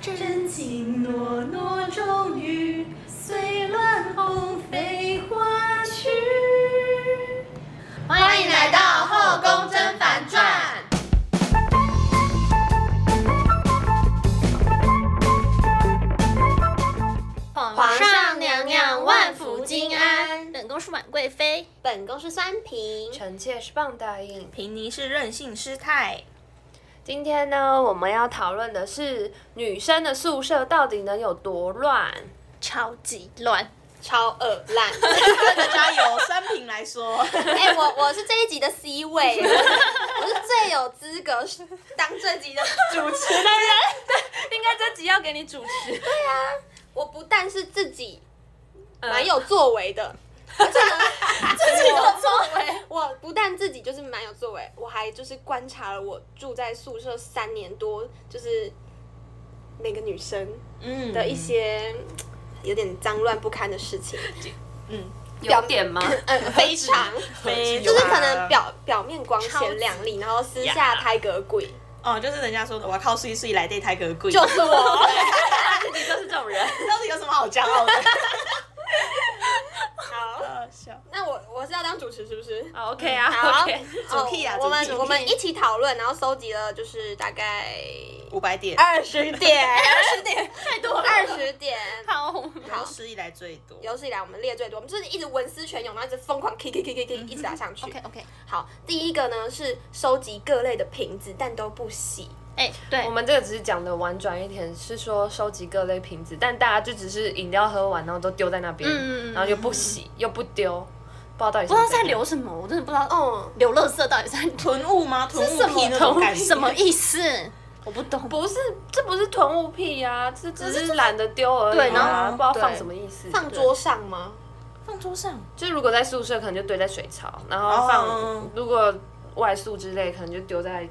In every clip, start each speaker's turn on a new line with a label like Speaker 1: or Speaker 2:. Speaker 1: 真情诺诺终于随乱红飞花去。
Speaker 2: 欢迎来到《后宫甄嬛传》。
Speaker 3: 皇
Speaker 2: 皇上娘娘万福金安，
Speaker 3: 本宫是婉贵妃，
Speaker 2: 本宫是酸平。
Speaker 4: 臣妾是棒答应。
Speaker 3: 平妮是任性失态。
Speaker 4: 今天呢，我们要讨论的是女生的宿舍到底能有多乱。
Speaker 3: 超级乱，
Speaker 2: 超恶烂。
Speaker 5: 加油，三品来说，
Speaker 2: 哎、我我是这一集的 C 位，我是我是最有资格当这集的主持人。 啊
Speaker 4: 应该这集要给你主持。
Speaker 2: 我不但是自己
Speaker 4: 呃
Speaker 2: 蛮有作为的，而且呢，自己有作为。我不但自己就是蛮有作为，我还就是观察了我住在宿舍三年多，就是每个女生
Speaker 5: 嗯
Speaker 2: 的一，些有点脏乱不堪的事情，
Speaker 4: 有点 吗？
Speaker 2: 嗯，非常。
Speaker 5: 非
Speaker 2: 就是
Speaker 5: 常
Speaker 2: 可能表表面光鲜亮丽，然后私下
Speaker 5: 呀
Speaker 2: 胎格鬼，
Speaker 5: 哦，就是人家说的，我要靠睡睡来对台个贵，
Speaker 2: 就是我。
Speaker 4: 你就是这种人。
Speaker 5: 到底有什么好骄傲的？
Speaker 2: 好，
Speaker 5: 好笑，
Speaker 2: 那我我是要当主持是不是？
Speaker 4: 好 OK 啊
Speaker 2: 好
Speaker 4: ，OK。
Speaker 5: 主屁啊
Speaker 2: 哦我
Speaker 5: 主
Speaker 2: 们
Speaker 5: 屁
Speaker 2: 我们一起讨论，然后收集了就是大概
Speaker 5: 五百点，
Speaker 2: 二十点，二十点 太多了，二十点。
Speaker 3: 好，
Speaker 5: 有史以来最多。
Speaker 2: 有史以来我们列最多，我们就是一直文思泉涌，然后一直疯狂 K K K K K 一直打上去。
Speaker 3: OK OK，
Speaker 2: 好，第一个呢是收集各类的瓶子，但都不洗。
Speaker 3: 哎、对，
Speaker 4: 我们这个只是讲的婉转一点，是说收集各类瓶子，但大家就只是饮料喝完，然后都丢在那边，
Speaker 3: 嗯嗯嗯
Speaker 4: 然后又不洗又不丢，不知道到底
Speaker 3: 不
Speaker 4: 不
Speaker 3: 知道在留什么，我真的不知道哦，
Speaker 2: 嗯，
Speaker 3: 留垃圾到底在
Speaker 5: 囤物吗？囤物癖那种
Speaker 3: 囤
Speaker 5: 感觉，
Speaker 3: 什么意思？我不懂。
Speaker 4: 不是，这不是囤物癖呀、啊，这只是懒得丢而已、啊，
Speaker 3: 对
Speaker 5: 然后
Speaker 4: 不知道放
Speaker 3: 对
Speaker 4: 什么意思。
Speaker 2: 放桌上吗？
Speaker 5: 放桌上，
Speaker 4: 就如果在宿舍，可能就堆在水槽，然后
Speaker 5: 哦
Speaker 4: 放、
Speaker 5: 嗯
Speaker 4: 如果外宿之类，可能就丢在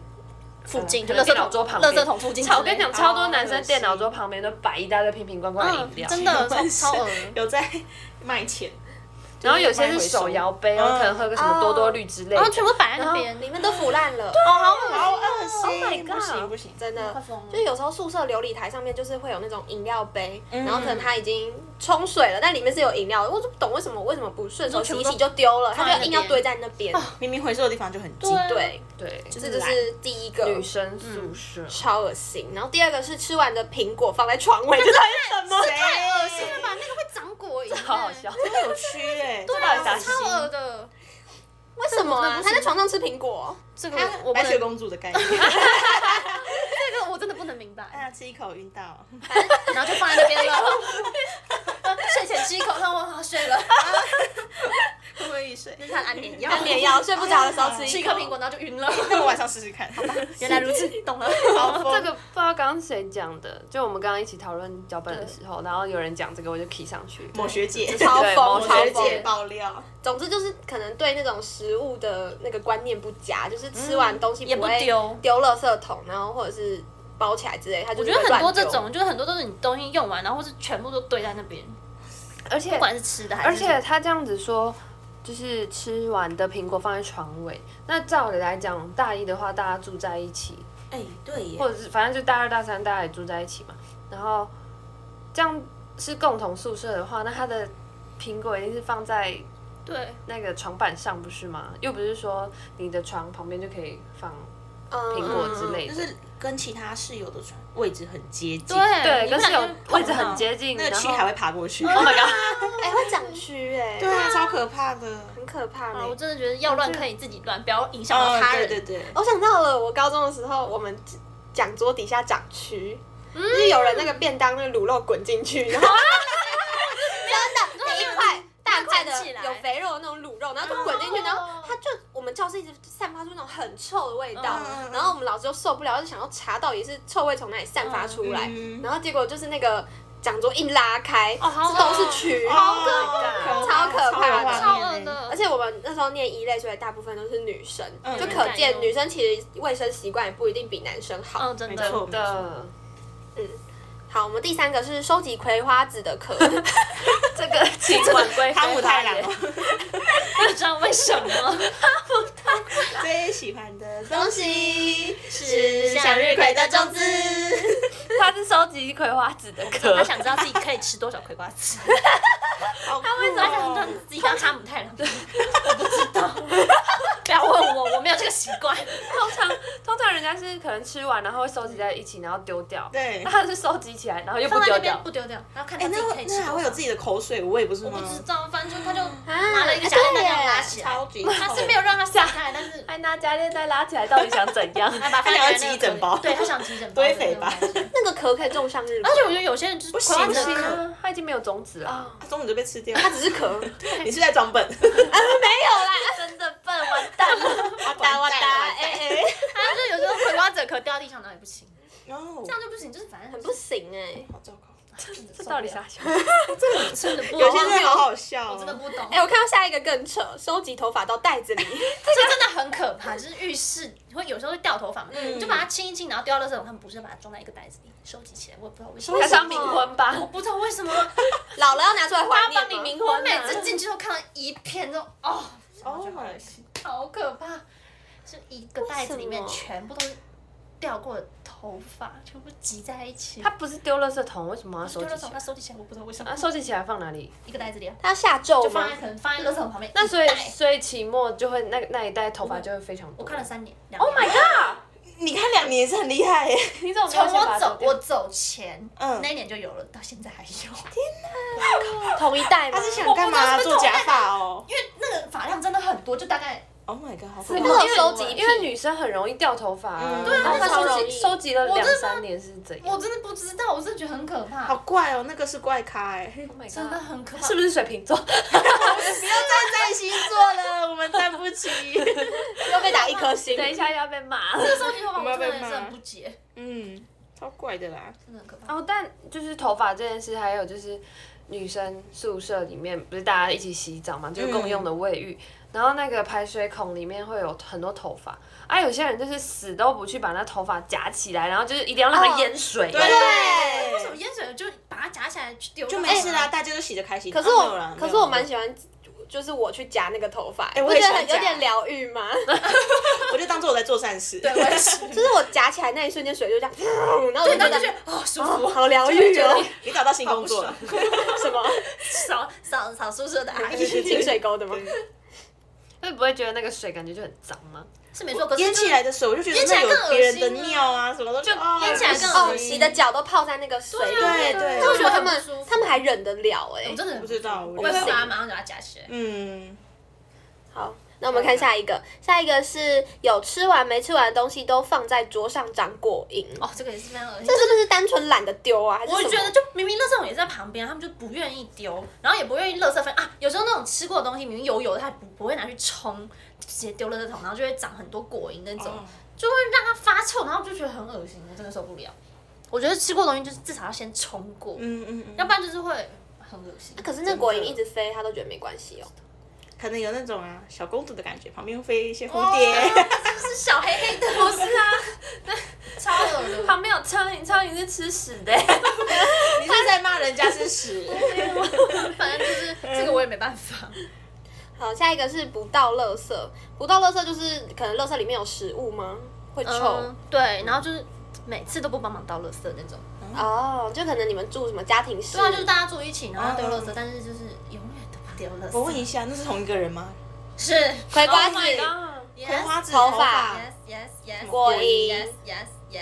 Speaker 3: 附近
Speaker 4: 可
Speaker 3: 就
Speaker 4: 能
Speaker 3: 垃
Speaker 4: 电
Speaker 3: 圾
Speaker 4: 脑
Speaker 3: 桶
Speaker 4: 桌旁
Speaker 3: 垃
Speaker 4: 边。
Speaker 3: 圾桶附近之类的。
Speaker 4: 我跟你讲，超多男
Speaker 5: 哦
Speaker 4: 生电脑桌旁边都摆一大堆瓶瓶罐罐的饮料，
Speaker 3: 嗯，真的超
Speaker 5: 关系
Speaker 3: 超恶。
Speaker 5: 有在卖钱，
Speaker 4: 然后有些是手摇杯，然后可能喝个什么多多绿之类的
Speaker 3: 然后。哦全部摆在那边，
Speaker 2: 里面都腐烂了。
Speaker 3: 啊
Speaker 5: 哦，好恶心
Speaker 4: Oh my
Speaker 5: 不
Speaker 4: god
Speaker 5: 行不行，
Speaker 2: 真
Speaker 3: 快
Speaker 2: 的
Speaker 3: 疯了，
Speaker 2: 就是有时候宿舍琉璃台上面就是会有那种饮料杯，
Speaker 3: 嗯
Speaker 2: 然后可能它已经冲水了，但里面是有饮料的，我就不懂为什么为什么不顺手
Speaker 3: 就全部
Speaker 2: 洗一
Speaker 3: 都
Speaker 2: 洗就丢了，
Speaker 3: 放
Speaker 2: 它
Speaker 3: 在
Speaker 2: 就
Speaker 3: 那
Speaker 2: 硬要
Speaker 3: 边哦
Speaker 2: 堆在那边。
Speaker 5: 明明回收的地方就很近，
Speaker 3: 对啊
Speaker 2: 对，
Speaker 4: 对，就
Speaker 2: 这
Speaker 4: 是
Speaker 2: 就
Speaker 5: 懒
Speaker 2: 是第一个
Speaker 4: 女生宿舍。
Speaker 2: 超恶心。然后第二个是吃完的苹果放在床 尾，这到底是什么？
Speaker 5: 太恶
Speaker 3: 真的吧？那个会长果蝇，
Speaker 4: 好好笑，，
Speaker 5: 真的有蛆哎，
Speaker 3: 对
Speaker 5: 这到底
Speaker 3: 啊，
Speaker 5: 啥
Speaker 3: 超恶的。
Speaker 2: 为什么啊
Speaker 3: 这个真的不？行哦
Speaker 2: 他在床上吃苹果，
Speaker 3: 这个我不
Speaker 5: 白雪
Speaker 3: 能，
Speaker 5: 公主的概念，
Speaker 3: 这 个我真的不能明
Speaker 5: 大
Speaker 3: 白。
Speaker 5: 家吃一口晕到，
Speaker 3: 然后就放在那边了。睡前吃一口，然后我好睡了。
Speaker 5: 会不会一睡？
Speaker 3: 看安眠药，
Speaker 2: 安眠药，睡不着的时候吃
Speaker 3: 吃一
Speaker 2: 一
Speaker 3: 颗
Speaker 2: 颗
Speaker 3: 苹果，然后就晕了。
Speaker 5: 那我晚上试试看，好吧？
Speaker 3: 原来如此，懂了。
Speaker 5: 好
Speaker 4: 这
Speaker 5: 疯
Speaker 4: 个不知道刚刚谁讲的，就我们刚刚一起讨论脚本的时候，然后有人讲这个，嗯我就 key 上去。
Speaker 5: 某学姐，
Speaker 2: 超
Speaker 4: 对
Speaker 2: 疯，
Speaker 4: 某
Speaker 2: 超
Speaker 5: 学
Speaker 4: 学
Speaker 2: 疯
Speaker 5: 姐。爆料，
Speaker 2: 总之就是可能对那种食物的那个观念不佳，就是吃完东 西
Speaker 3: 嗯也不
Speaker 2: 会
Speaker 3: 丢
Speaker 2: 丢垃圾桶，然后或者是包起来之类。他就
Speaker 3: 我
Speaker 2: 是
Speaker 3: 觉
Speaker 2: 会
Speaker 3: 得很多
Speaker 2: 乱丢
Speaker 3: 这种，就是很多都是你东西用完，然后是全部都堆在那边，
Speaker 4: 而且
Speaker 3: 不管是吃的还
Speaker 4: 而
Speaker 3: 是什么。
Speaker 4: 且他这样子说，就是吃完的苹果放在床尾。那照理来讲，大一的话大家住在一起，
Speaker 5: 哎，对耶
Speaker 4: 或者是反正就大二大三大家也住在一起嘛。然后这样是共同宿舍的话，那他的苹果一定是放在
Speaker 3: 对，
Speaker 4: 那个床板上，不是吗？又不是说你的床旁边就可以放
Speaker 5: 嗯
Speaker 2: 苹
Speaker 4: 苹果之类
Speaker 3: 嗯
Speaker 5: 就
Speaker 4: 的。
Speaker 5: 是跟其他室友的床位置很接近，
Speaker 3: 对
Speaker 4: 对，
Speaker 3: 你
Speaker 4: 跟
Speaker 3: 们嗯
Speaker 4: 室
Speaker 3: 俩
Speaker 4: 友
Speaker 3: 就
Speaker 4: 位置很接近，
Speaker 5: 那个
Speaker 4: 然
Speaker 5: 蛆
Speaker 4: 后
Speaker 5: 还会爬过去。
Speaker 4: Oh my god！
Speaker 2: 哎、会长蛆哎、
Speaker 5: 对啊，超可怕的。
Speaker 2: 很可怕呢、
Speaker 3: 啊，我真的觉得要乱可以自己乱，不要影响到
Speaker 5: 哦，
Speaker 3: 他
Speaker 5: 对
Speaker 3: 人。
Speaker 5: 对对，
Speaker 2: 我想到了，我高中的时候，我们讲桌底下长蛆，就是有人那个便当那个卤肉滚进去，然后真的每一块大块的
Speaker 3: 站起来
Speaker 2: 有肥肉的那种卤肉，然后就滚进去，
Speaker 3: 哦
Speaker 2: 然后它就我们教室一直散发出那种很臭的味道
Speaker 5: 嗯嗯，嗯
Speaker 2: 然后我们老师就受不了，就想要查到底是臭味从哪里散发出来
Speaker 5: 嗯，嗯
Speaker 2: 然后结果就是那个讲桌一拉开，
Speaker 3: 哦好恶
Speaker 2: 都是蛆，
Speaker 5: 哦
Speaker 2: 超可怕的
Speaker 3: 超恶。的，
Speaker 2: 而且我们那时候念一类，所以大部分都是女生，
Speaker 5: 嗯
Speaker 2: 就可
Speaker 3: 嗯
Speaker 2: 见女生其实卫生习惯也不一定比男生 好。
Speaker 4: 呃
Speaker 3: 嗯，真
Speaker 5: 没
Speaker 3: 的，
Speaker 5: 错没错，
Speaker 4: 的，
Speaker 2: 好，我们第三个是收集葵花籽的壳，
Speaker 4: 这个青春归
Speaker 5: 汤姆太郎，
Speaker 3: 不知道为什么。
Speaker 5: 最喜欢的东西是向日葵的种子。
Speaker 4: 他是收集葵花籽的
Speaker 3: 他
Speaker 4: 壳，
Speaker 3: 想知道自己可以吃多少葵瓜子，
Speaker 5: 他
Speaker 3: 为什么想让自己当哈姆太郎？我不知道， 不要问我，我没有这个习 惯。
Speaker 4: 通常通常人家是可能吃完然后会收集在一起，然后丢掉。
Speaker 5: 对
Speaker 4: 那他是收集起来，然后又不
Speaker 3: 放在
Speaker 4: 丢
Speaker 3: 那
Speaker 4: 掉
Speaker 3: 边。不丢掉，然后看
Speaker 5: 哎，
Speaker 3: 他自
Speaker 5: 那
Speaker 3: 己可
Speaker 5: 会
Speaker 3: 以吃
Speaker 5: 那
Speaker 3: 多
Speaker 5: 还
Speaker 3: 少。
Speaker 5: 会有自己的啊口水味，不是
Speaker 3: 我
Speaker 5: 吗？
Speaker 3: 不知道，反正他就拿
Speaker 2: 拿
Speaker 3: 了一个小蛋糕拉起来，
Speaker 5: 哎超级臭，
Speaker 3: 他是没有让他下来，但是
Speaker 4: 艾娜加列再拉起来，到底想怎样？
Speaker 3: 他把它放在那个
Speaker 5: 他想要集一整包
Speaker 3: 对他想集一整包
Speaker 5: 堆肥吧
Speaker 3: 的那种感觉
Speaker 2: 那个壳可以种向日葵，
Speaker 3: 而且我觉得有些人就是不
Speaker 5: 行啊
Speaker 4: 不行啊，他已经没有种子了。
Speaker 2: 啊，
Speaker 5: 它中午就被吃掉。
Speaker 2: 它只是壳，
Speaker 5: 你是在装笨？
Speaker 4: 真的笨，完 蛋了。
Speaker 5: 哇
Speaker 2: 哒哇哒，哎哎，
Speaker 3: 啊，就有时候葵瓜子壳掉地上哪里不行，
Speaker 5: 哦，
Speaker 3: 这样就不行，就是反正
Speaker 2: 很不行哎。
Speaker 5: 好糟糕，
Speaker 4: 这到底啥？想？
Speaker 3: 真的不
Speaker 5: 有些真的好好笑
Speaker 3: 我真的
Speaker 5: 哦。
Speaker 3: 不懂，
Speaker 2: 哎，我看到下一个更扯，收集头发到袋子里，
Speaker 3: 这个真的很可怕，就是浴室会有时候会掉头发嘛，
Speaker 5: 嗯
Speaker 3: 你就把它清一清，然后丢到垃圾桶，他们不是把它装在一个袋子里收集起来，我也不知道为什么。
Speaker 4: 他想冥婚吧？
Speaker 3: 我不知道为什么，
Speaker 2: 老了要拿出来怀
Speaker 3: 他
Speaker 2: 念
Speaker 3: 帮
Speaker 2: 吗
Speaker 3: 你冥
Speaker 2: 我
Speaker 4: 啊
Speaker 3: 婚，啊每次
Speaker 2: 每次进
Speaker 3: 进去都看到一片这种哦，
Speaker 5: Oh
Speaker 3: 我觉得好恶
Speaker 5: my
Speaker 3: 心好可怕，就一个袋子里面
Speaker 2: 为什么
Speaker 3: 全部都是掉过的头发，全部集在一起。
Speaker 4: 他不是丢垃圾桶，为什么要收
Speaker 3: 丢
Speaker 4: 集
Speaker 3: 垃圾桶，他收
Speaker 4: 起来？
Speaker 3: 集起来，我不知道为什么
Speaker 4: 啊，，收集起来放哪里？
Speaker 3: 一个袋子里啊，
Speaker 2: 它要下咒
Speaker 3: 就放
Speaker 2: 吗
Speaker 3: 在？可能放在垃圾桶旁边。
Speaker 4: 那所
Speaker 3: 一
Speaker 4: 以
Speaker 3: 袋
Speaker 4: 所以期末就会那那一袋头发就会非常多。
Speaker 3: 我看了三年
Speaker 4: ，Oh my god！
Speaker 5: 你看两年也是很厉害耶，
Speaker 4: 你怎么没有
Speaker 3: 从
Speaker 4: 先把
Speaker 3: 我
Speaker 4: 它
Speaker 3: 走
Speaker 4: 丢掉
Speaker 3: 我走前，
Speaker 5: 嗯
Speaker 3: 那一年就有了，到现在还有。
Speaker 2: 同一袋吗
Speaker 5: 他？是想干嘛做假发 哦
Speaker 3: 因为那个发量真的很多，就大概
Speaker 5: ？Oh my god，好
Speaker 2: 是
Speaker 5: 可
Speaker 2: 不是
Speaker 5: 怕！
Speaker 2: 有收集癖
Speaker 4: 因为女生很容易掉头发、啊，
Speaker 5: 嗯对啊
Speaker 4: 然后她
Speaker 2: 超
Speaker 4: 收
Speaker 2: 容
Speaker 4: 集
Speaker 2: 易
Speaker 4: 收集了
Speaker 3: 我真
Speaker 4: 两
Speaker 3: 的
Speaker 4: 三年是怎样
Speaker 3: 我真的不知道，我真的觉得很可怕，
Speaker 5: 好怪哦，那个是怪咖哎。
Speaker 4: ？Oh my god！
Speaker 3: 真的很可怕。
Speaker 4: 是不是水瓶座？
Speaker 5: 不要再占星座了，我们站不 起。
Speaker 2: 又被打一颗星。
Speaker 4: 等一下要被骂了。
Speaker 3: 收集头发，
Speaker 5: 我们
Speaker 3: 我
Speaker 5: 要
Speaker 3: 真的
Speaker 5: 被
Speaker 3: 也
Speaker 5: 骂
Speaker 3: 是很不解，
Speaker 5: 嗯，超怪的啦。
Speaker 3: 真的很可怕。
Speaker 4: 哦，但就是头发这件事，还有就是女生宿舍里面不是大家一起洗澡嘛，就是共用的卫浴，然后那个排水孔里面会有很多头发，啊，有些人就是死都不去把那头发夹起来，然后就是一定要让它
Speaker 2: 哦
Speaker 4: 淹水。
Speaker 5: 对
Speaker 3: 为什么淹水了就把它夹起来去丢？哎
Speaker 5: 就没事啦，。大家都洗的开心。
Speaker 2: 可是
Speaker 5: 啊没有啦
Speaker 2: 我，可是我
Speaker 5: 没有
Speaker 2: 蛮喜欢，就是我去夹那个头发，
Speaker 5: 我
Speaker 2: 不
Speaker 5: 也
Speaker 2: 觉
Speaker 5: 喜
Speaker 2: 得
Speaker 5: 欢
Speaker 2: 很有
Speaker 5: 夹
Speaker 2: 点疗愈吗？
Speaker 5: 我就当做我在做善事。
Speaker 3: 对，我也是。
Speaker 2: 就是我夹起来那一瞬间，水就这样，然后我
Speaker 3: 对，
Speaker 2: 就觉
Speaker 3: 然
Speaker 2: 得
Speaker 3: 后就觉得哦，舒
Speaker 2: 哦
Speaker 3: 服，
Speaker 2: 好疗愈哦，
Speaker 5: 你找到新工作了，
Speaker 2: 什么
Speaker 3: 扫扫扫宿舍的阿姨
Speaker 2: 清水沟的吗？
Speaker 4: 会不会觉得那个水感觉就很脏吗？
Speaker 3: 是没错，可是
Speaker 5: 淹
Speaker 3: 就是
Speaker 5: 起来的水，我就觉得
Speaker 3: 淹起
Speaker 5: 那
Speaker 3: 来更
Speaker 5: 有别人的
Speaker 3: 恶心啊
Speaker 5: 尿啊什么都就
Speaker 3: 淹起来更
Speaker 2: 哦，
Speaker 3: 恶
Speaker 2: 你
Speaker 3: 心
Speaker 2: 的脚都泡在那个水里
Speaker 5: 对
Speaker 2: 面，
Speaker 5: 对，
Speaker 2: 那我觉得他
Speaker 3: 很不舒
Speaker 2: 们
Speaker 3: 服
Speaker 2: 他们还忍得了哎
Speaker 3: 啊我。真的很
Speaker 5: 不知道
Speaker 3: 我
Speaker 5: 我
Speaker 3: 会
Speaker 5: 也
Speaker 3: 不
Speaker 5: 是
Speaker 3: 会把它马上就把它夹起来？
Speaker 5: 嗯，
Speaker 2: 好，那我们看下一个，下一个是有吃完没吃完的东西都放在桌上长果蝇，
Speaker 3: 哦，这个也是非常恶心
Speaker 2: 这。是不是单纯懒得丢啊？还是
Speaker 3: 我
Speaker 2: 什
Speaker 3: 觉得
Speaker 2: 么？
Speaker 3: 就明明垃圾桶也在旁边，他们就不愿意丢，然后也不愿意垃圾分啊。有时候那种吃过的东西明明有有的，他也不不会拿去冲，就直接丢垃圾桶，然后就会长很多果蝇那种，
Speaker 5: 哦
Speaker 3: 就会让它发臭，然后就觉得很恶心，我真的受不了。我觉得吃过的东西就是至少要先冲过，
Speaker 5: 嗯嗯嗯，
Speaker 3: 要不然就是会很恶心。
Speaker 2: 啊可 是那果蝇一直飞，他都觉得没关系哦。
Speaker 5: 可能有那种啊小公主的感觉，旁边会飞一些蝴蝶，
Speaker 3: 啊哦是小黑黑的，不是啊，超恶的。
Speaker 4: 旁边有苍蝇，苍蝇是吃屎的。欸
Speaker 5: 你是在骂人家是屎？
Speaker 3: 反正就是这个我也没办法。
Speaker 2: 好，下一个是不倒垃圾，不倒垃圾就是可能垃圾里面有食物吗？会臭
Speaker 3: 嗯，对，然后就是每次都不帮忙倒垃圾那种。
Speaker 2: 哦就可能你们住什么家庭式？
Speaker 3: 对啊，就是大家住一起，然后丢垃圾
Speaker 5: 嗯，
Speaker 3: 但是就是永远都不丢垃圾。
Speaker 5: 我问一下，那是同一个人吗？
Speaker 3: 是
Speaker 2: 葵瓜
Speaker 4: Oh
Speaker 2: 子、
Speaker 4: my god
Speaker 3: 嗯
Speaker 5: 葵花籽
Speaker 2: 头发
Speaker 5: 头发
Speaker 3: Yes,，yes, yes.
Speaker 2: 果
Speaker 3: Yes,
Speaker 2: 蝇
Speaker 3: yes, yes.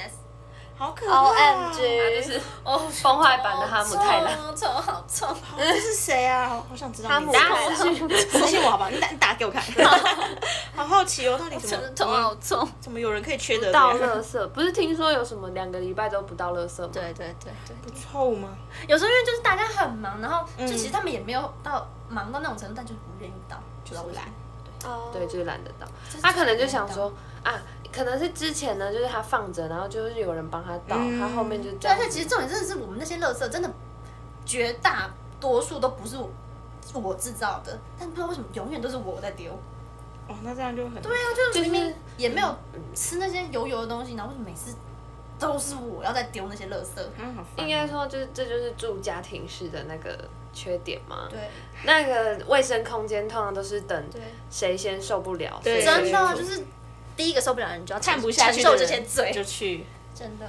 Speaker 5: 好可怕
Speaker 2: O
Speaker 5: 哦
Speaker 2: M G，
Speaker 4: 那 就是哦
Speaker 3: 哦，
Speaker 4: 崩坏版的哈姆太郎。
Speaker 3: 好臭，臭好臭。
Speaker 5: 这是谁啊？好好想知道
Speaker 2: 哈
Speaker 5: 名
Speaker 2: 姆
Speaker 5: 字
Speaker 2: 太
Speaker 5: 哦。
Speaker 2: 郎，
Speaker 5: 私信我好不好？你打你打给我看， 好好奇哦，到底怎么
Speaker 3: 头好重，
Speaker 5: 怎么有人可以缺
Speaker 4: 不
Speaker 5: 德这样
Speaker 4: 到垃圾，不是听说有什么两个礼拜都不到垃圾吗？，
Speaker 3: 对对对对，
Speaker 5: 臭吗？
Speaker 3: 有时候因为就是大家很忙，然后就
Speaker 5: 嗯
Speaker 3: 其实他们也没有到忙到那种程度，但就是不愿意到，不知道为什么
Speaker 5: 懒。
Speaker 2: 哦
Speaker 4: 对，就是懒得倒。
Speaker 3: 就是
Speaker 4: 他可能就想
Speaker 3: 不愿意
Speaker 4: 说啊，可能是之前呢，就是他放着，然后就是有人帮他倒，
Speaker 5: 嗯
Speaker 4: 他后面就这
Speaker 3: 倒，对，
Speaker 4: 样
Speaker 3: 而且其实重点真的是我们那些垃圾，真的绝大多数都不是我我制造的，但不知道为什么永远都是我在丢。
Speaker 5: 哦，那这样就很
Speaker 3: 对啊，就是
Speaker 4: 就是
Speaker 3: 明明也没有吃那些油油的东西，然后为什么每次都是我要在丢那些垃圾。
Speaker 5: 啊，好烦
Speaker 4: 应该说就是这就是住家庭式的那个缺点嘛。
Speaker 3: 对，
Speaker 4: 那个卫生空间通常都是等谁先受不了，
Speaker 5: 对
Speaker 4: 谁
Speaker 3: 真
Speaker 4: 先
Speaker 3: 的
Speaker 4: 住
Speaker 3: 就是第一个受不了的人就要
Speaker 5: 看不下去
Speaker 3: 承受
Speaker 5: 的
Speaker 3: 这
Speaker 5: 人
Speaker 3: 些罪，
Speaker 5: 就去。
Speaker 3: 真的。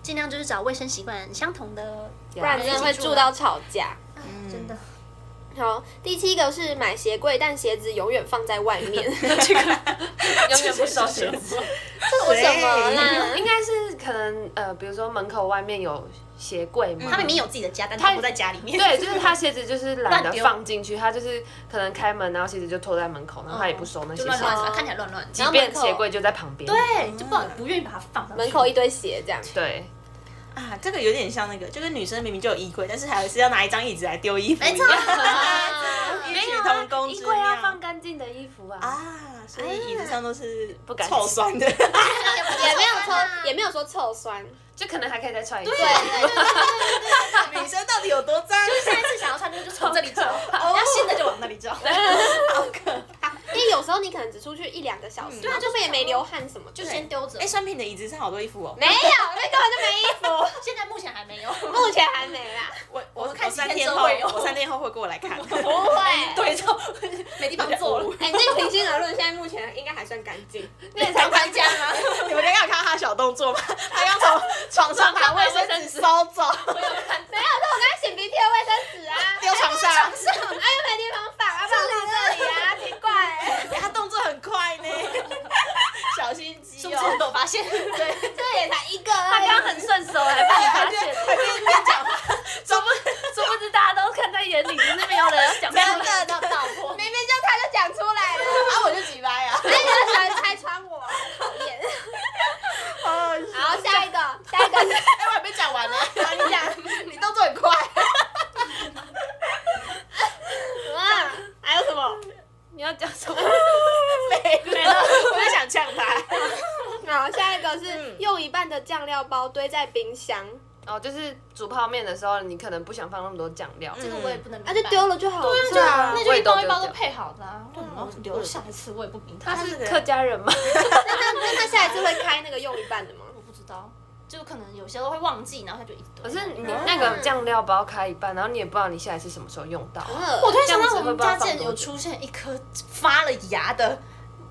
Speaker 3: 尽量就是找卫生习惯相同的，不
Speaker 2: 不然真的会住到吵架。
Speaker 3: 真的。
Speaker 2: 好，第七个是买鞋柜，但鞋子永远放在外面，
Speaker 4: 永远不收拾。
Speaker 2: 为什么啦？
Speaker 4: 应该是可能呃，比如说门口外面有鞋柜嘛，
Speaker 3: 他明明有自己的家，嗯但他不在家里面。
Speaker 4: 对，就是他鞋子就是懒得
Speaker 3: 乱丢
Speaker 4: 放进去，他就是可能开门然后鞋子就拖在门口，然后他也不收那
Speaker 3: 就
Speaker 4: 些
Speaker 3: 乱
Speaker 4: 鞋
Speaker 3: 乱
Speaker 4: 子，
Speaker 3: 的，看起来乱乱的。
Speaker 2: 然后
Speaker 4: 变
Speaker 2: 门
Speaker 4: 鞋柜
Speaker 2: 口
Speaker 4: 就在旁边。
Speaker 3: 哦对，就不好不愿意把它放上去
Speaker 2: 门口一堆鞋这样。
Speaker 4: 对，
Speaker 5: 啊，这个有点像那个，就跟女生明明就有衣柜，但是还是要拿一张椅子来丢衣服一
Speaker 3: 没错
Speaker 5: 样，
Speaker 2: 啊
Speaker 5: 异曲同工之
Speaker 4: 啊衣柜要放
Speaker 5: 妙。
Speaker 4: 干净的衣服啊。
Speaker 5: 啊，所以椅子上都是不
Speaker 4: 敢
Speaker 5: 臭酸的，
Speaker 2: 也没有抽，也没有说臭酸，
Speaker 4: 就可能还可以再穿一次。
Speaker 5: 女生到底有多 脏？哦
Speaker 3: 下一次想要穿这个就从这里找，要新的就往那里找。
Speaker 2: 因为有时候你可能只出去一两个小时，对
Speaker 5: 啊
Speaker 2: 根本也没流汗什么，就
Speaker 3: 就先丢着
Speaker 5: 哎，。酸平的椅子上好多衣服哦。
Speaker 2: 没有，那根本啊就没衣服，
Speaker 3: 现在目前还没有，
Speaker 2: 目前还没啦，
Speaker 5: 我我
Speaker 3: 看
Speaker 5: 我
Speaker 3: 几
Speaker 5: 三
Speaker 3: 天
Speaker 5: 天
Speaker 3: 之
Speaker 5: 后，
Speaker 3: 后会有
Speaker 5: 我三天后会过来 看。
Speaker 2: 不会。
Speaker 3: 对， 就没地方坐了。
Speaker 2: 哎，那平心而论，现在目前应该还算干净。
Speaker 3: 那也才搬家吗？
Speaker 5: 你们刚刚有看到他的小动作 吗？他刚从床上把卫生纸收 走，
Speaker 2: 没有，那我刚才擤鼻涕的卫生纸啊，
Speaker 5: 丢床上。
Speaker 2: 哎，又没地方放，啊，放在这里 啊，奇怪欸，
Speaker 5: 哎他动作很快呢， 小心机
Speaker 3: 是不
Speaker 5: 哦。
Speaker 3: 是都发现？对，
Speaker 2: 这也才一个而已。
Speaker 4: 很顺手， 还被你发现，
Speaker 5: 怎么
Speaker 4: 殊不知大家都看在眼里，只是没有人要讲出
Speaker 5: 真
Speaker 4: 来。
Speaker 5: 的到爆 破？
Speaker 2: 明明就他就讲出来了，
Speaker 5: 啊，我就几掰啊！
Speaker 2: 哎，你就喜欢拆穿我，讨厌。
Speaker 5: 哦
Speaker 2: 好，下一个，下一个 是。
Speaker 5: 哎，我还没讲 完呢，
Speaker 2: 你讲，
Speaker 5: 你动作很快。
Speaker 2: 哇，还有什么？
Speaker 4: 你要讲什么？
Speaker 5: 没了，我就想呛他。
Speaker 2: 好，下一个是用一半的酱料包堆在冰箱，
Speaker 4: 哦，就是煮泡面的时候，你可能不想放那么多酱料，
Speaker 3: 这个我也不能明白。
Speaker 2: 那啊就丢了就好了。
Speaker 3: 对啊，
Speaker 4: 对啊
Speaker 3: 那就一包一包都配好的啊，为什么要留下一次？我也不明白。
Speaker 2: 嗯
Speaker 4: 他
Speaker 3: 他
Speaker 4: 是客家人吗？
Speaker 2: 那他那他下一次会开那个用一半的吗？
Speaker 3: 我不知道，就可能有些都会忘记，然后他就一堆。
Speaker 4: 可是你那个酱料包开一半，然后你也不知道你下一次什么时候用到。
Speaker 2: 嗯
Speaker 3: 我突然
Speaker 4: 这
Speaker 3: 想
Speaker 4: 样子
Speaker 3: 到我们
Speaker 4: 会不会
Speaker 3: 家
Speaker 4: 要放
Speaker 3: 竟然
Speaker 4: 多
Speaker 3: 有
Speaker 4: 久
Speaker 3: 出现一颗发了芽的，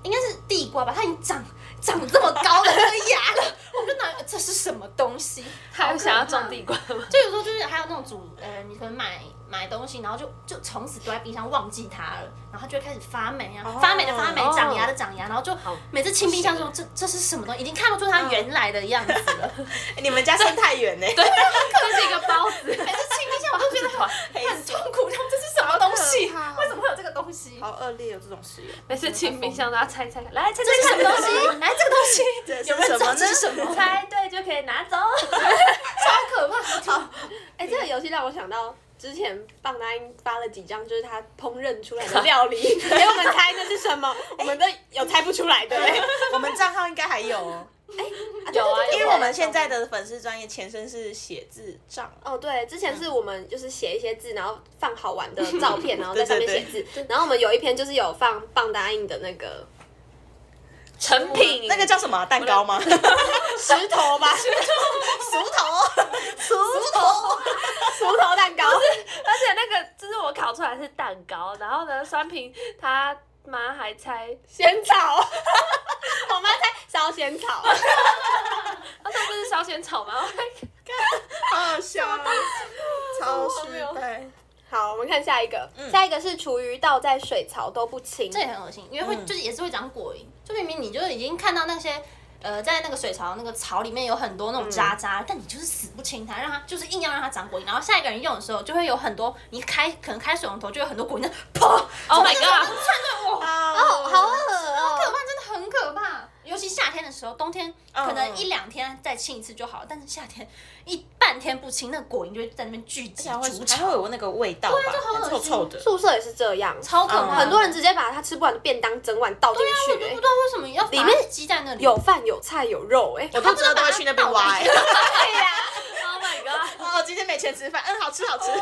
Speaker 3: 应该是地瓜吧，它已经长长这么高的那个芽了， 我们就拿这是什么东西？
Speaker 4: 他有想要种地瓜 吗？
Speaker 3: 就有时候就是还有那种煮，呃，你可能买买东西，然后就就从此丢在冰箱忘记它了，然后它就会开始发霉啊，发霉的发霉
Speaker 4: 哦，
Speaker 3: 长芽的长芽，然后就
Speaker 4: 好
Speaker 3: 每次清冰箱的时候，这这是什么东西？已经看不出它原来的样子了。
Speaker 5: 哎你们家生态园呢？对，
Speaker 4: 这是一个包子， 还是清一下，我都觉得好。
Speaker 5: 很痛苦。
Speaker 3: 苦，他们这是什么东西？
Speaker 5: 好可怕哦
Speaker 3: 为什么会有这个东西？
Speaker 5: 好恶劣，有这种实验。
Speaker 4: 每次清冰箱都要猜猜看，来猜猜
Speaker 3: 这是什
Speaker 4: 看
Speaker 3: 么东西？来，这
Speaker 5: 这
Speaker 3: 个东
Speaker 5: 是
Speaker 3: 西有没有
Speaker 5: 什么
Speaker 3: 找
Speaker 5: 呢
Speaker 3: 这是什么？
Speaker 4: 猜对就可以拿走。
Speaker 3: 超可怕！
Speaker 2: 哎、这个游戏让我想到之前棒答应发了几张，就是他烹饪出来的料理， 哎给我们猜那是什么， 我们都有猜不出来的、
Speaker 5: 对， 我们账号应该还有哦，
Speaker 4: 有啊，
Speaker 5: 因
Speaker 4: 因
Speaker 5: 为我们现在的粉丝专业前身是写字账。
Speaker 2: 哦，对，之前是我们就是写一些字，然后放好玩的照片，然后在上面
Speaker 5: 对
Speaker 2: 写
Speaker 5: 对
Speaker 2: 字。然后我们有一篇就是有放棒答应的那个
Speaker 4: 成品
Speaker 5: 那个叫什么啊蛋糕 吗？
Speaker 2: 石头吧，
Speaker 5: 竹头，竹头，
Speaker 2: 石头蛋糕。
Speaker 4: 而且那个就是我烤出来是蛋糕，然后呢，酸平他妈还猜，
Speaker 2: 仙 草，我妈在烧仙草，
Speaker 4: 他说不是烧仙草 吗？
Speaker 5: 好好笑啊，超失败。
Speaker 2: 好，我们看下一个，下一个是厨余倒在水槽都不清，
Speaker 3: 嗯这也很恶心，因为会、
Speaker 5: 嗯
Speaker 3: 就是也是会长果蝇，就明明你就已经看到那些。呃，在那个水槽那个槽里面有很多那种渣渣，但你就是死不清它，让它就是硬要让它长果蝇。然后下一个人用的时候，就会有很多你开可能开水龙头就有很多果蝇在砰
Speaker 4: ，Oh my god！
Speaker 2: 哦，
Speaker 5: 哦
Speaker 2: 好恶哦，
Speaker 3: 可怕，真的很可怕。尤其夏天的时候，冬天可能
Speaker 5: 嗯
Speaker 3: 一两天再清一次就好，但是夏天一半天不清，那果蝇就会在那边聚集
Speaker 2: 啊
Speaker 5: 还会
Speaker 3: 筑
Speaker 5: 还会
Speaker 3: 巢，
Speaker 5: 有那个味道吧，很臭臭的。
Speaker 2: 宿舍也是这样，
Speaker 3: 超可怕。啊
Speaker 5: 嗯
Speaker 2: 很多人直接把他吃不完的便当整碗倒进
Speaker 3: 我都
Speaker 2: 去、
Speaker 3: 不知
Speaker 2: 欸
Speaker 3: 道为什么要里
Speaker 2: 面
Speaker 3: 鸡在那里，
Speaker 2: 有饭有菜有肉、欸，
Speaker 5: 我都知道都会去那边挖、 欸。
Speaker 2: 对呀、
Speaker 4: Oh my god！
Speaker 5: 哦，今天没钱吃饭，嗯，好吃好吃。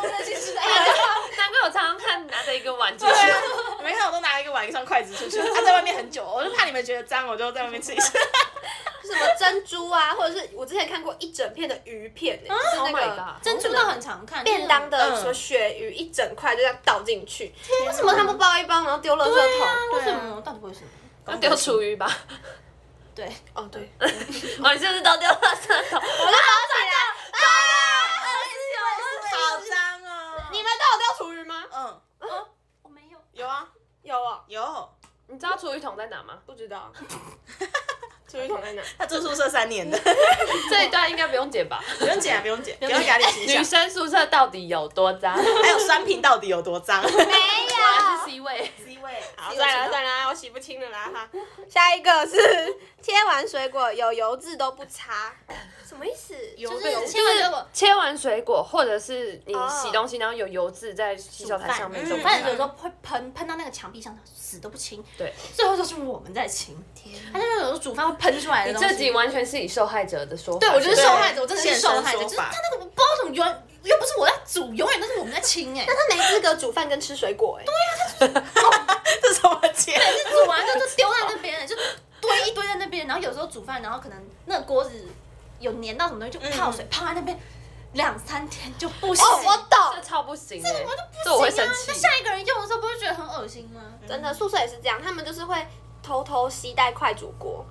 Speaker 4: 难怪我常常看拿着一个碗出
Speaker 5: 对啊
Speaker 4: 去，，
Speaker 5: 你们看我都拿一个碗一双筷子出去，他、在外面很久，我就怕你们觉得脏，我就在外面吃一吃。
Speaker 2: 什么珍珠啊， 或者是我之前看过一整片的鱼片、欸，就是那
Speaker 4: Oh my
Speaker 2: 个
Speaker 4: god！
Speaker 3: 珍珠的很常看
Speaker 2: 便当的
Speaker 5: 嗯
Speaker 2: 什么鳕鱼一整块就这样倒进去，为什么他们包一包然后丢垃圾桶？
Speaker 3: 为什么？啊到底为什么？
Speaker 4: 要丢厨余吧？
Speaker 3: 对，
Speaker 2: 哦对，
Speaker 4: 哦，你是不是都丢垃圾桶？
Speaker 5: 好脏哦！
Speaker 2: 你们都有丢厨余吗？
Speaker 5: 嗯，
Speaker 3: 我没有。
Speaker 5: 有啊，
Speaker 2: 有啊，
Speaker 5: 有，
Speaker 4: 你知道厨余桶在哪吗？
Speaker 2: 不知 道。厨余桶在哪？
Speaker 5: 他住宿舍三年的，
Speaker 4: 这一段应该不用剪吧？
Speaker 5: 不用剪啊，不用剪，不要压力形
Speaker 4: 女
Speaker 5: 象。
Speaker 4: 生宿舍到底有多 脏？
Speaker 5: 还有酸瓶到底有多脏
Speaker 2: 没
Speaker 4: 果然是 C 位。
Speaker 5: ？C 位，好，
Speaker 2: 算了算了，我洗不清了啦哈。下一个是 切完水果有油渍都不擦，什么意思？
Speaker 5: 油
Speaker 3: 就是
Speaker 5: 渍
Speaker 3: 切完水果，
Speaker 4: 切完水果，或者是你
Speaker 2: 哦
Speaker 4: 洗东西，然后有油渍在洗手台上面，
Speaker 5: 嗯
Speaker 4: 就
Speaker 5: 煮
Speaker 3: 反
Speaker 5: 饭
Speaker 3: 正有时候会喷喷到那个墙壁上，死都不清。
Speaker 4: 对，
Speaker 3: 最后都是我们在清。天，他就是有时候煮饭会喷出来的
Speaker 4: 你
Speaker 3: 东西。
Speaker 4: 这集完全是以受害者的说法。
Speaker 3: 对，我就是
Speaker 5: 对
Speaker 3: 受害者，我真的是
Speaker 5: 现
Speaker 3: 受
Speaker 5: 身
Speaker 3: 害者。
Speaker 5: 说
Speaker 3: 就是
Speaker 5: 法
Speaker 3: 他那个我不知道怎么永远又不是我在煮，永远都是我们在清哎、
Speaker 2: 他没资格煮饭跟吃水果哎、
Speaker 5: 这怎么剪？
Speaker 3: 煮完之后就丢在那边，就堆一堆在那边。然后有时候煮饭，然后可能那个锅子有粘到什么东西，就泡水泡在那边两三天就不行。
Speaker 2: 哦，我懂
Speaker 4: 这，超不行欸，
Speaker 3: 我就不行、啊、
Speaker 4: 这我会生
Speaker 3: 那
Speaker 4: 气。
Speaker 3: 下一个人用的时候，不会觉得很恶心吗？
Speaker 2: 真的宿舍也是这样，他们就是会偷偷携带快煮锅，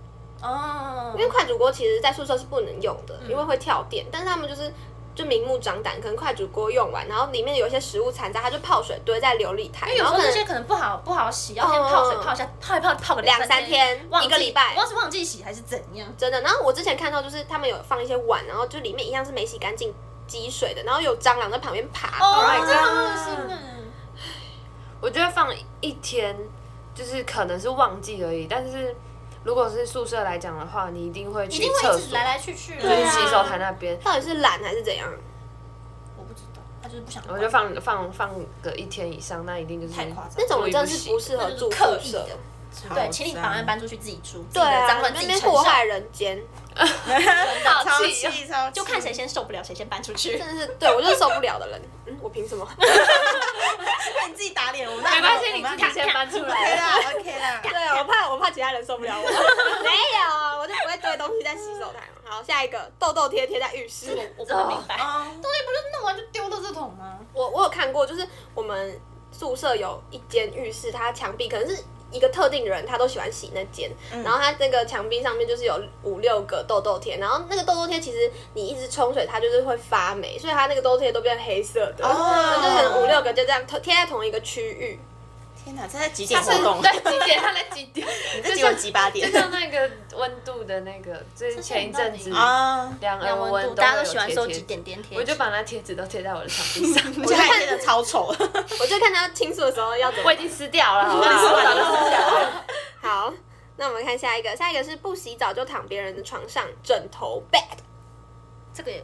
Speaker 3: 哦
Speaker 2: 因，为快煮锅其实在宿舍是不能用的，因
Speaker 3: 嗯
Speaker 2: 为会跳电，但是他们就是。就明目张胆，可能快煮锅用完，然后里面有一些食物残渣，他就泡水堆在琉璃台，
Speaker 3: 哎因为有时
Speaker 2: 然后
Speaker 3: 候
Speaker 2: 可
Speaker 3: 那
Speaker 2: 能
Speaker 3: 些可能不好不好洗，要先泡水
Speaker 2: 嗯
Speaker 3: 泡一下，泡一泡泡个
Speaker 2: 两三
Speaker 3: 三
Speaker 2: 天
Speaker 3: 忘记
Speaker 2: 一个礼拜
Speaker 3: 我要是忘记洗还是怎样？
Speaker 2: 真的。然后我之前看到就是他们有放一些碗，然后就里面一样是没洗干净积水的，然后有蟑螂在旁边爬。
Speaker 3: 哦
Speaker 4: my，god
Speaker 3: 真的很恶心哎。
Speaker 4: 我觉得放一天，就是可能是忘记而已，但是如果是宿舍来讲的话，你一定会
Speaker 3: 一
Speaker 4: 去
Speaker 3: 定会
Speaker 4: 厕
Speaker 3: 一直
Speaker 4: 所，
Speaker 3: 来来去去，
Speaker 4: 就是
Speaker 3: 对啊，
Speaker 4: 洗手台那边。
Speaker 2: 到底是懒还是怎样？
Speaker 3: 我不知道，他就是不想管。
Speaker 4: 我就放放放个一天以上，那一定就是
Speaker 3: 太夸张
Speaker 2: 那种我真的是不适合住宿
Speaker 3: 刻意
Speaker 2: 舍
Speaker 3: 的。，对，请你把案搬出去自己住，自己
Speaker 2: 对
Speaker 3: 的
Speaker 2: 啊，
Speaker 3: 脏
Speaker 2: 你
Speaker 3: 乱
Speaker 2: 们
Speaker 3: 自
Speaker 2: 那
Speaker 3: 己
Speaker 2: 边
Speaker 3: 承
Speaker 2: 祸
Speaker 3: 受。
Speaker 2: 害人间，
Speaker 4: 好
Speaker 5: 超
Speaker 4: 气啊
Speaker 5: 气哦超气，
Speaker 3: 就看谁先受不了，谁先搬出 去。
Speaker 2: 真的是对我就是受不了的人。嗯，我凭什么？
Speaker 5: 看你自己打脸，我们
Speaker 4: 没关系，
Speaker 5: 我
Speaker 4: 你
Speaker 5: 们
Speaker 4: 自己先搬出
Speaker 5: OK
Speaker 4: 来。
Speaker 5: 啦，OK 啦。
Speaker 2: 对啊，我怕我怕其他人受不了我。 没有，我就不会堆东西在洗手台。 好，下一个痘痘贴贴在浴室。
Speaker 3: 我不能明白，
Speaker 5: 哦，
Speaker 3: 东西不是弄完就丢垃圾桶吗？
Speaker 2: 我我有看过，就是我们宿舍有一间浴室，它墙壁可能是一个特定人，他都喜欢洗那间，然后它那个墙壁上面就是有五六个痘痘贴，然后那个痘痘贴其实你一直冲水，它就是会发霉，所以它那个痘痘贴都变黑色的，
Speaker 5: 哦
Speaker 2: 就可能五六个就这样贴在同一个区域。
Speaker 5: 天哪，这在几点活
Speaker 4: 是
Speaker 5: 动？
Speaker 4: 对几点？他在几点？
Speaker 5: 你这几晚几八
Speaker 4: 就
Speaker 5: 点？
Speaker 4: 像那个温度的那个，就是前一阵
Speaker 3: 这
Speaker 4: 子
Speaker 3: 是很到
Speaker 5: 啊，
Speaker 4: 量
Speaker 3: 量
Speaker 4: 温
Speaker 3: 温
Speaker 4: 温
Speaker 3: 度，
Speaker 4: 呃都
Speaker 3: 大家都
Speaker 4: 会有
Speaker 3: 喜欢
Speaker 4: 贴
Speaker 3: 收
Speaker 4: 贴
Speaker 3: 集
Speaker 4: 纸
Speaker 3: 点点贴纸，
Speaker 4: 我就把那贴纸都贴在我的墙壁上，
Speaker 5: 我觉得他贴的超丑。
Speaker 2: 我就看它清楚的时候要怎么
Speaker 4: 我已经撕掉了，好不
Speaker 5: 你
Speaker 4: 好？
Speaker 5: 说
Speaker 4: 我
Speaker 5: 完
Speaker 4: 早就撕掉了。
Speaker 2: 好。那我们看下一个，下一个是不洗澡就躺别人的床上，枕头 bed，
Speaker 3: 这个也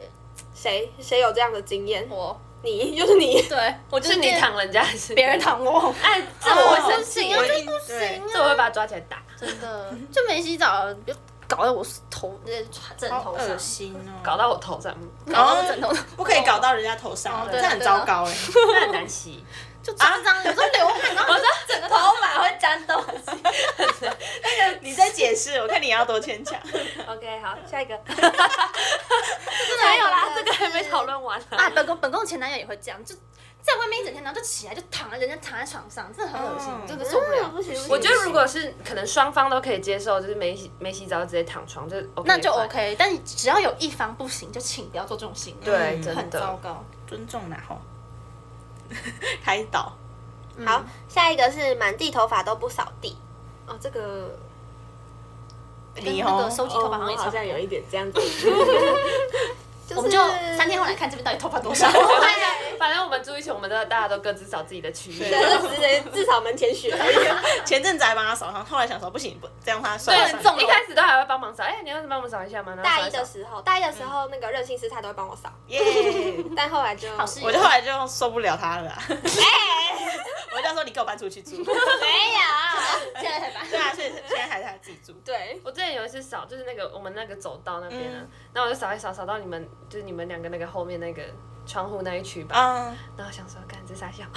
Speaker 2: 谁谁有这样的经验？
Speaker 3: 我
Speaker 2: 你 就是你，
Speaker 3: 对我就是
Speaker 4: 你躺人家还是
Speaker 3: 别人？躺我，
Speaker 4: 哎，这我会生
Speaker 3: 行
Speaker 4: 气，
Speaker 3: 啊，
Speaker 4: 我
Speaker 3: 就不行
Speaker 4: 这我会
Speaker 3: 啊，
Speaker 4: 把他抓起来打，
Speaker 3: 真的就没洗澡，就搞在我头那枕头上，
Speaker 5: 心哦
Speaker 4: 搞到我头上，
Speaker 3: 搞到我枕头上，
Speaker 5: 不可以搞到人家头上
Speaker 3: 哦，对
Speaker 5: 这
Speaker 3: 了
Speaker 5: 很糟糕哎。
Speaker 4: 那很难洗。
Speaker 3: 就脏脏，有时候流汗，然后就整个 头发会沾到。
Speaker 5: 欸 你在解释，我看你要多牵强。
Speaker 4: OK，好，下一 个。
Speaker 2: 没
Speaker 4: 没有啦，这个 还没讨论完
Speaker 3: 啊，
Speaker 4: 啊。
Speaker 3: 本宫本宫前男友也会这样，就在外面一整天，然后就起来就躺在人家躺在床上，真的很恶心，
Speaker 5: 嗯
Speaker 3: 真的受不了。
Speaker 2: 不行不行
Speaker 4: 我觉得如果是可能双方都可以接受，就是没洗没洗澡直接躺床，就是 OK，
Speaker 3: 那就
Speaker 4: 算
Speaker 3: OK，但只要有一方不行，就请不要做这种行为，
Speaker 4: 对，
Speaker 5: 嗯
Speaker 4: 真
Speaker 3: 很糟
Speaker 4: 的。
Speaker 3: 糕。
Speaker 5: 尊重啦吼， 开导。嗯
Speaker 2: 好，下一个是满地头发都不扫地。哦，这个
Speaker 3: 跟
Speaker 5: 你
Speaker 3: 那
Speaker 5: 哦
Speaker 3: 个，收集头发好像也差
Speaker 2: 好
Speaker 3: 不多
Speaker 2: 像有一点这样 子。是
Speaker 3: 我们就三天后来看这边到底头发多少。
Speaker 4: 反正我们住一起，我们都大家都各自找自己的区域。
Speaker 5: 对
Speaker 2: 对，就只能至少门 前雪而已。
Speaker 5: 前阵子还帮他扫上，后来想说不行，不这样他算
Speaker 4: 对
Speaker 5: 了
Speaker 3: 很重
Speaker 5: 算了。
Speaker 4: 一开始都还会帮忙扫，哎，你要帮我们扫一下吗？然后
Speaker 2: 大
Speaker 4: 扫
Speaker 2: 一
Speaker 4: 扫
Speaker 2: 的时候，大一的时候那个任性师他都会帮我扫，
Speaker 5: 耶！
Speaker 2: 但后来就
Speaker 3: 嗯好室友
Speaker 5: 我就后来就受不了他了啊，我就说你给我搬出去住。
Speaker 3: 哎
Speaker 2: 没有。
Speaker 3: 现在才发
Speaker 5: 对啊，所以现在还是他自己住。
Speaker 2: 对，
Speaker 4: 我之前有一次扫，就是那个我们那个走道那边啊
Speaker 5: 嗯，
Speaker 4: 然后我就扫一扫，扫到你们就是你们两个那个后面那个窗户那一区吧，
Speaker 5: 嗯，
Speaker 4: 然后想说，干这傻笑。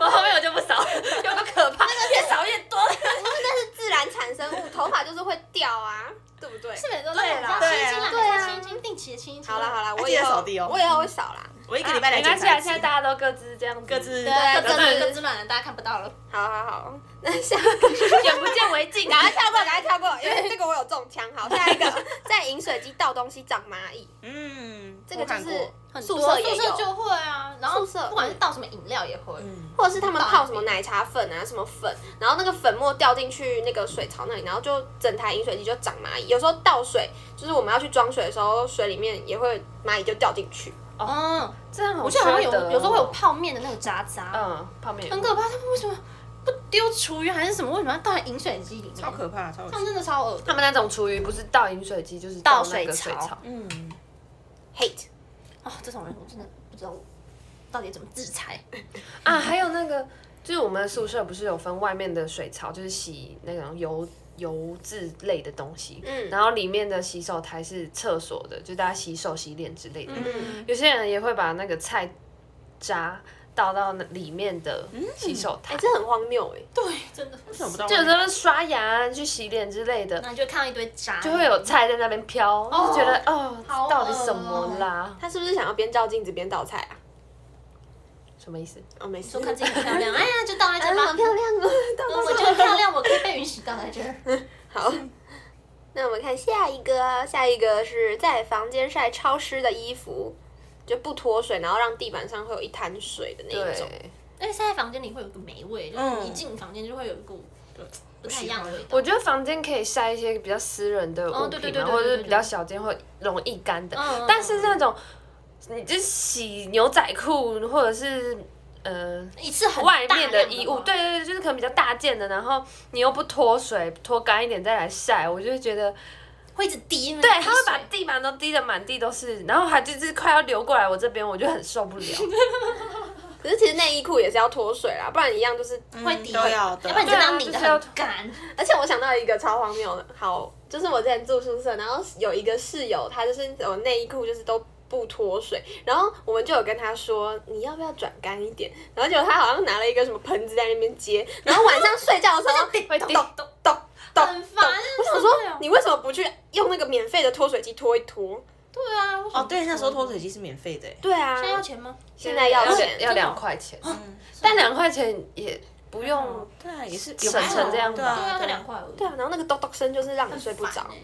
Speaker 4: 我后面我就不扫了，有个可怕，
Speaker 3: 啊越少越多，
Speaker 2: 那是自然产生物，头头发就是会掉啊，对不对？
Speaker 3: 是每周累
Speaker 5: 对
Speaker 3: 清
Speaker 5: 啊
Speaker 3: 清啦，
Speaker 2: 对啊
Speaker 3: 清一清，定期的清一清。
Speaker 2: 好了好了，
Speaker 5: 啊
Speaker 2: 我
Speaker 5: 记
Speaker 2: 以
Speaker 5: 得
Speaker 2: 后
Speaker 5: 扫地哦
Speaker 2: 我以后会扫啦。
Speaker 5: 我一个礼拜来
Speaker 4: 没关
Speaker 5: 检
Speaker 4: 系啊，
Speaker 5: 查一
Speaker 4: 现在
Speaker 5: 次，
Speaker 4: 大家都各自这样子，
Speaker 5: 各自
Speaker 3: 对，啊
Speaker 2: 对
Speaker 3: 各
Speaker 2: 各自
Speaker 3: 自各自乱了，大家看不到了。
Speaker 2: 好好好，那下一个
Speaker 4: 眼不见为净啊
Speaker 2: 赶快 跳过，赶快跳过，因为这个我有中枪。好，下一个在饮水机倒东西长蚂蚁，
Speaker 5: 嗯，
Speaker 2: 这个
Speaker 5: 我
Speaker 2: 就
Speaker 5: 看
Speaker 2: 是
Speaker 5: 过
Speaker 2: 宿
Speaker 3: 多
Speaker 2: 舍也
Speaker 3: 宿舍
Speaker 2: 有，
Speaker 3: 就会啊，然后
Speaker 2: 宿舍
Speaker 3: 不管是倒什么饮料也会。
Speaker 5: 嗯，
Speaker 2: 或者是他们泡什么奶茶粉啊，什么粉，然后那个粉末掉进去那个水槽那里，然后就整台饮水机就长蚂蚁。有时候倒水，就是我们要去装水的时候，水里面也会蚂蚁就掉进去。
Speaker 3: 嗯，
Speaker 4: 这样好
Speaker 3: 我记得好像有
Speaker 4: 缺德哦
Speaker 3: 有时候会有泡面的那个渣渣，
Speaker 4: 嗯泡面
Speaker 3: 很可怕。他们为什么不丢厨余还是什么？为什么要倒在饮水机里面？
Speaker 5: 超可怕，超
Speaker 3: 他们
Speaker 5: 可怕，
Speaker 3: 真的超恶心。
Speaker 4: 他们那种厨余不是倒饮水机就是
Speaker 3: 倒
Speaker 4: 那个
Speaker 3: 水
Speaker 4: 水
Speaker 3: 槽
Speaker 4: 槽，
Speaker 5: 嗯，
Speaker 2: Hate，
Speaker 3: 哦，这种人我真的不知道我到底怎么制裁。
Speaker 4: 啊，还有那个就是我们宿舍不是有分外面的水槽，就是洗那种油油渍类的东西，
Speaker 2: 嗯
Speaker 4: 然后里面的洗手台是厕所的，就大家洗手洗脸之类的。
Speaker 2: 嗯，
Speaker 4: 有些人也会把那个菜渣倒到那里面的
Speaker 3: 嗯
Speaker 4: 洗手
Speaker 2: 哎、
Speaker 4: 台，
Speaker 2: 这很荒谬哎、
Speaker 3: 对，真的。
Speaker 5: 为什么不到？
Speaker 4: 就有时候刷牙去洗脸之类的，
Speaker 3: 那你就看到一堆渣，
Speaker 4: 就会有菜在那边飘，就觉得哦，
Speaker 3: 好
Speaker 4: 到底
Speaker 3: 恶
Speaker 4: 什么
Speaker 3: 哦
Speaker 4: 啦？
Speaker 2: 他是不是想要边照镜子边倒菜啊？
Speaker 4: 什么意思？
Speaker 2: 哦，没事
Speaker 3: 说，看自己很漂亮，哎呀，就倒在这
Speaker 2: 哎，好
Speaker 3: 吧。
Speaker 2: 漂亮哦，倒
Speaker 3: 我我
Speaker 2: 到
Speaker 3: 就很漂亮，我可以被允许倒在这儿。
Speaker 2: 好。那我们看下一个，下一个是在房间晒超湿的衣服，就不脱水，然后让地板上会有一滩水的那一种。
Speaker 4: 对，
Speaker 3: 而且晒在房间里会有一个霉味，就是
Speaker 5: 嗯
Speaker 3: 一进房间就会有一股不太一样的味道。
Speaker 4: 我觉得房间可以晒一些比较私人的物
Speaker 3: 哦对
Speaker 4: 品
Speaker 3: 对对
Speaker 4: 嘛，
Speaker 3: 对
Speaker 4: 或者
Speaker 3: 对
Speaker 4: 是
Speaker 3: 对
Speaker 4: 比较小间或容易干的
Speaker 3: 嗯嗯。
Speaker 4: 但是那种你就洗牛仔裤或者是呃
Speaker 3: 一次很
Speaker 4: 外
Speaker 3: 大
Speaker 4: 面
Speaker 3: 量的
Speaker 4: 衣物，
Speaker 3: 话
Speaker 4: 对对对，就是可能比较大件的，然后你又不脱水，脱干一点再来晒，我就会觉得
Speaker 3: 会一直滴那个
Speaker 4: 对，
Speaker 3: 滴
Speaker 4: 它会把
Speaker 3: 水
Speaker 4: 地板都滴得满地都是，然后还就是快要流过来我这边，我就很受不了。
Speaker 2: 可是其实内衣裤也是要脱水啦，不然一样就是。
Speaker 3: 会滴，
Speaker 5: 嗯都要的
Speaker 3: 要不然你真的
Speaker 4: 对啊
Speaker 3: 要拧的
Speaker 4: 就是要
Speaker 3: 很干。
Speaker 2: 而且我想到一个超荒谬的，好，就是我之前住宿舍，然后有一个室友，他就是我内衣裤就是都。不脱水，然后我们就有跟他说你要不要转干一点，然后结果他好像拿了一个什么盆子在那边接，然后晚上睡觉的时候
Speaker 4: 会滴
Speaker 2: 咚咚咚咚，
Speaker 3: 很烦
Speaker 2: 啊
Speaker 3: 啊
Speaker 2: 我想
Speaker 3: 真
Speaker 2: 说
Speaker 3: 的有
Speaker 2: 你为什么不去用那个免费的脱水机脱一脱？
Speaker 3: 对啊，为什么
Speaker 5: 哦，对，那时候脱水机是免费的，
Speaker 2: 对啊，
Speaker 3: 现在要钱吗？
Speaker 2: 现在要钱
Speaker 4: 两要两块 钱，
Speaker 3: 嗯
Speaker 4: 但两块钱也不用。
Speaker 5: 对啊，也是
Speaker 4: 省成这样
Speaker 3: 对
Speaker 5: 对
Speaker 3: 啊，
Speaker 5: 啊，
Speaker 3: 才两块而已，
Speaker 2: 对啊，然后那个咚咚声就是让你
Speaker 3: 很
Speaker 2: 睡不
Speaker 3: 烦
Speaker 2: 着。
Speaker 3: 欸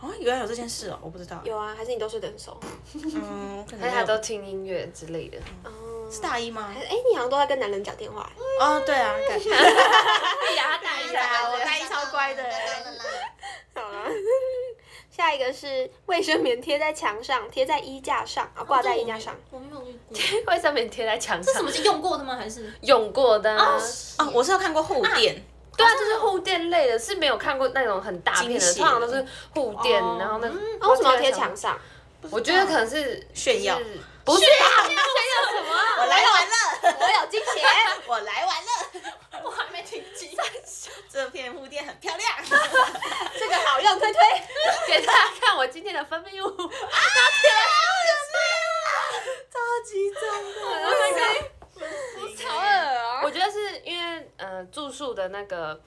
Speaker 5: 好像原来有这件事哦，我不知道，
Speaker 2: 有啊，还是你都睡得很熟？
Speaker 5: 嗯，我可能
Speaker 4: 而且
Speaker 5: 没
Speaker 4: 他
Speaker 5: 有
Speaker 4: 都听音乐之类的，嗯
Speaker 2: 哦，
Speaker 5: 是大一吗
Speaker 2: 还？是哎，你好像都在跟男人讲电话。
Speaker 5: 哦，对 啊，感觉
Speaker 4: 呀，大
Speaker 5: 对啊，我大一超乖的，
Speaker 2: 好了， 下一个是卫生棉贴在墙上，贴在衣架上啊，挂在衣架上。
Speaker 3: 我没有遇过，
Speaker 4: 卫生棉贴在墙
Speaker 3: 这什
Speaker 4: 上
Speaker 3: 么，是用过的吗？还是
Speaker 4: 用过的啊，
Speaker 5: 哦，我是有看过护垫，
Speaker 4: 对啊，就是护垫类的，是没有看过那种很大片
Speaker 5: 惊
Speaker 4: 的，
Speaker 5: 喜
Speaker 4: 通常都是护垫，
Speaker 3: 哦
Speaker 4: 然后那
Speaker 2: 那为什么要贴墙？上？
Speaker 4: 我觉得可能是
Speaker 5: 炫耀
Speaker 4: 就是不是啊，嗯炫耀什么啊？
Speaker 5: 我来玩了，
Speaker 2: 我有惊喜。
Speaker 5: 我来玩了，
Speaker 3: 我还没听清。
Speaker 5: 这片护垫很漂 亮，
Speaker 2: 这个好用，推推。
Speaker 4: 给大家看我今天的分泌物，
Speaker 5: 超级重的，
Speaker 2: 好恶啊！
Speaker 4: 我觉得是因为呃住宿的那个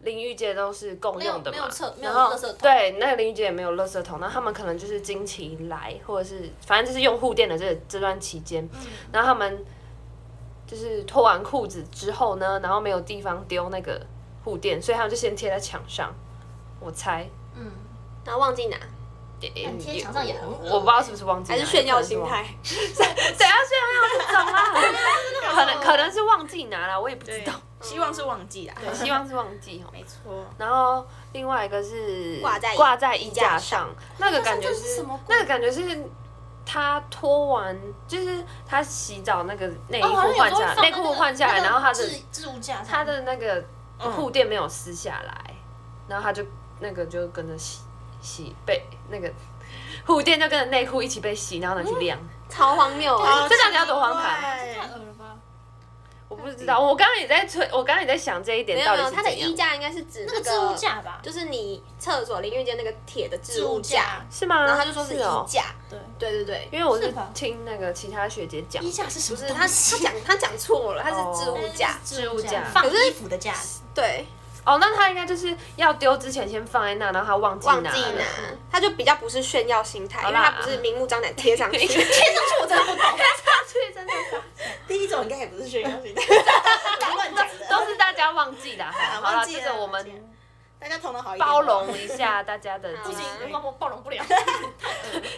Speaker 4: 淋浴间都是共用的
Speaker 3: 没
Speaker 4: 嘛，
Speaker 3: 有没有厕没有
Speaker 4: 然后
Speaker 3: 垃圾桶
Speaker 4: 对，那个淋浴间也没有垃圾桶，那他们可能就是经期来，或者是反正就是用护垫的这这段期间，
Speaker 3: 嗯
Speaker 4: 然后他们就是脱完裤子之后呢，然后没有地方丢那个护垫，所以他们就先贴在墙上，我猜。
Speaker 3: 嗯，
Speaker 2: 然后忘记拿，
Speaker 3: 但贴墙上也很恶
Speaker 4: 我不知道是不是忘记拿，
Speaker 2: 还是炫耀心态？
Speaker 4: 等下炫耀这种啦，可能可能是忘记拿了，我也不知道，
Speaker 5: 希望是啊忘记啦，
Speaker 4: 希望是忘记哦。
Speaker 5: 没错，
Speaker 4: 然后另外一个是
Speaker 2: 挂在
Speaker 4: 挂在衣
Speaker 2: 衣
Speaker 4: 架
Speaker 2: 架
Speaker 4: 上，那个感觉
Speaker 3: 这是
Speaker 4: 是
Speaker 3: 什么鬼
Speaker 4: 那个感觉是他脱完，就是他洗澡那个内衣
Speaker 3: 哦，好
Speaker 4: 裤
Speaker 3: 像
Speaker 4: 换
Speaker 3: 有时候会
Speaker 4: 下
Speaker 3: 放
Speaker 4: 来，内
Speaker 3: 那个
Speaker 4: 裤换下来，然后他的
Speaker 3: 置置物架上，
Speaker 4: 他的那个
Speaker 5: 嗯
Speaker 4: 护垫没有撕下来，然后他就那个就跟着洗洗被那个护垫就跟着内裤一起被洗，然后拿去晾。
Speaker 2: 超荒谬啊！
Speaker 4: 这到底要多荒唐
Speaker 3: 太
Speaker 5: 唐？
Speaker 3: 恶了吧？
Speaker 4: 我不知道，我刚刚也在推，我刚刚也在想这一
Speaker 2: 嗯没
Speaker 4: 点
Speaker 2: 有
Speaker 4: 到
Speaker 2: 没
Speaker 4: 底
Speaker 2: 有，
Speaker 4: 是
Speaker 2: 它的
Speaker 4: 怎样
Speaker 2: 衣，架应该是指
Speaker 3: 那
Speaker 2: 那
Speaker 3: 个
Speaker 2: 个
Speaker 3: 置物，架吧，
Speaker 2: 就是你厕所淋浴间那个铁的置
Speaker 3: 置
Speaker 2: 物
Speaker 3: 物
Speaker 2: 架。
Speaker 3: 架，
Speaker 4: 是吗？
Speaker 2: 然后他就说是衣
Speaker 4: 哦，
Speaker 2: 架，
Speaker 3: 对
Speaker 2: 对对对，
Speaker 4: 因为我
Speaker 3: 是
Speaker 4: 是
Speaker 3: 吧
Speaker 4: 听那个其他学姐讲
Speaker 3: 衣，架哦是什
Speaker 2: 不
Speaker 3: 么
Speaker 2: 是
Speaker 3: 东西？
Speaker 2: 他他讲他讲错了，他是置物架，
Speaker 3: 置
Speaker 4: 置物架
Speaker 3: 放
Speaker 2: 可是
Speaker 3: 衣服的架子，
Speaker 2: 对，
Speaker 4: 哦，那他应该就是要丢之前先放在那，然后他忘记
Speaker 2: 忘
Speaker 4: 拿
Speaker 2: 记
Speaker 4: 了。
Speaker 2: 拿，他就比较不是炫耀心态，因为
Speaker 4: 啦
Speaker 2: 他不是明目张胆贴上去。
Speaker 3: 但是我真的不懂，
Speaker 5: 第一种应该也不是炫耀型的， 我就乱讲的，
Speaker 4: 都是大家忘 记的。好好啦，
Speaker 5: 忘记
Speaker 4: 这
Speaker 5: 了
Speaker 4: 个我
Speaker 5: 忘记了
Speaker 4: 们
Speaker 5: 大家头脑好一点，
Speaker 4: 包容一下大家的
Speaker 2: 好
Speaker 4: 记
Speaker 3: 不行
Speaker 4: 忆，
Speaker 2: 啦，
Speaker 3: 我我包容不了，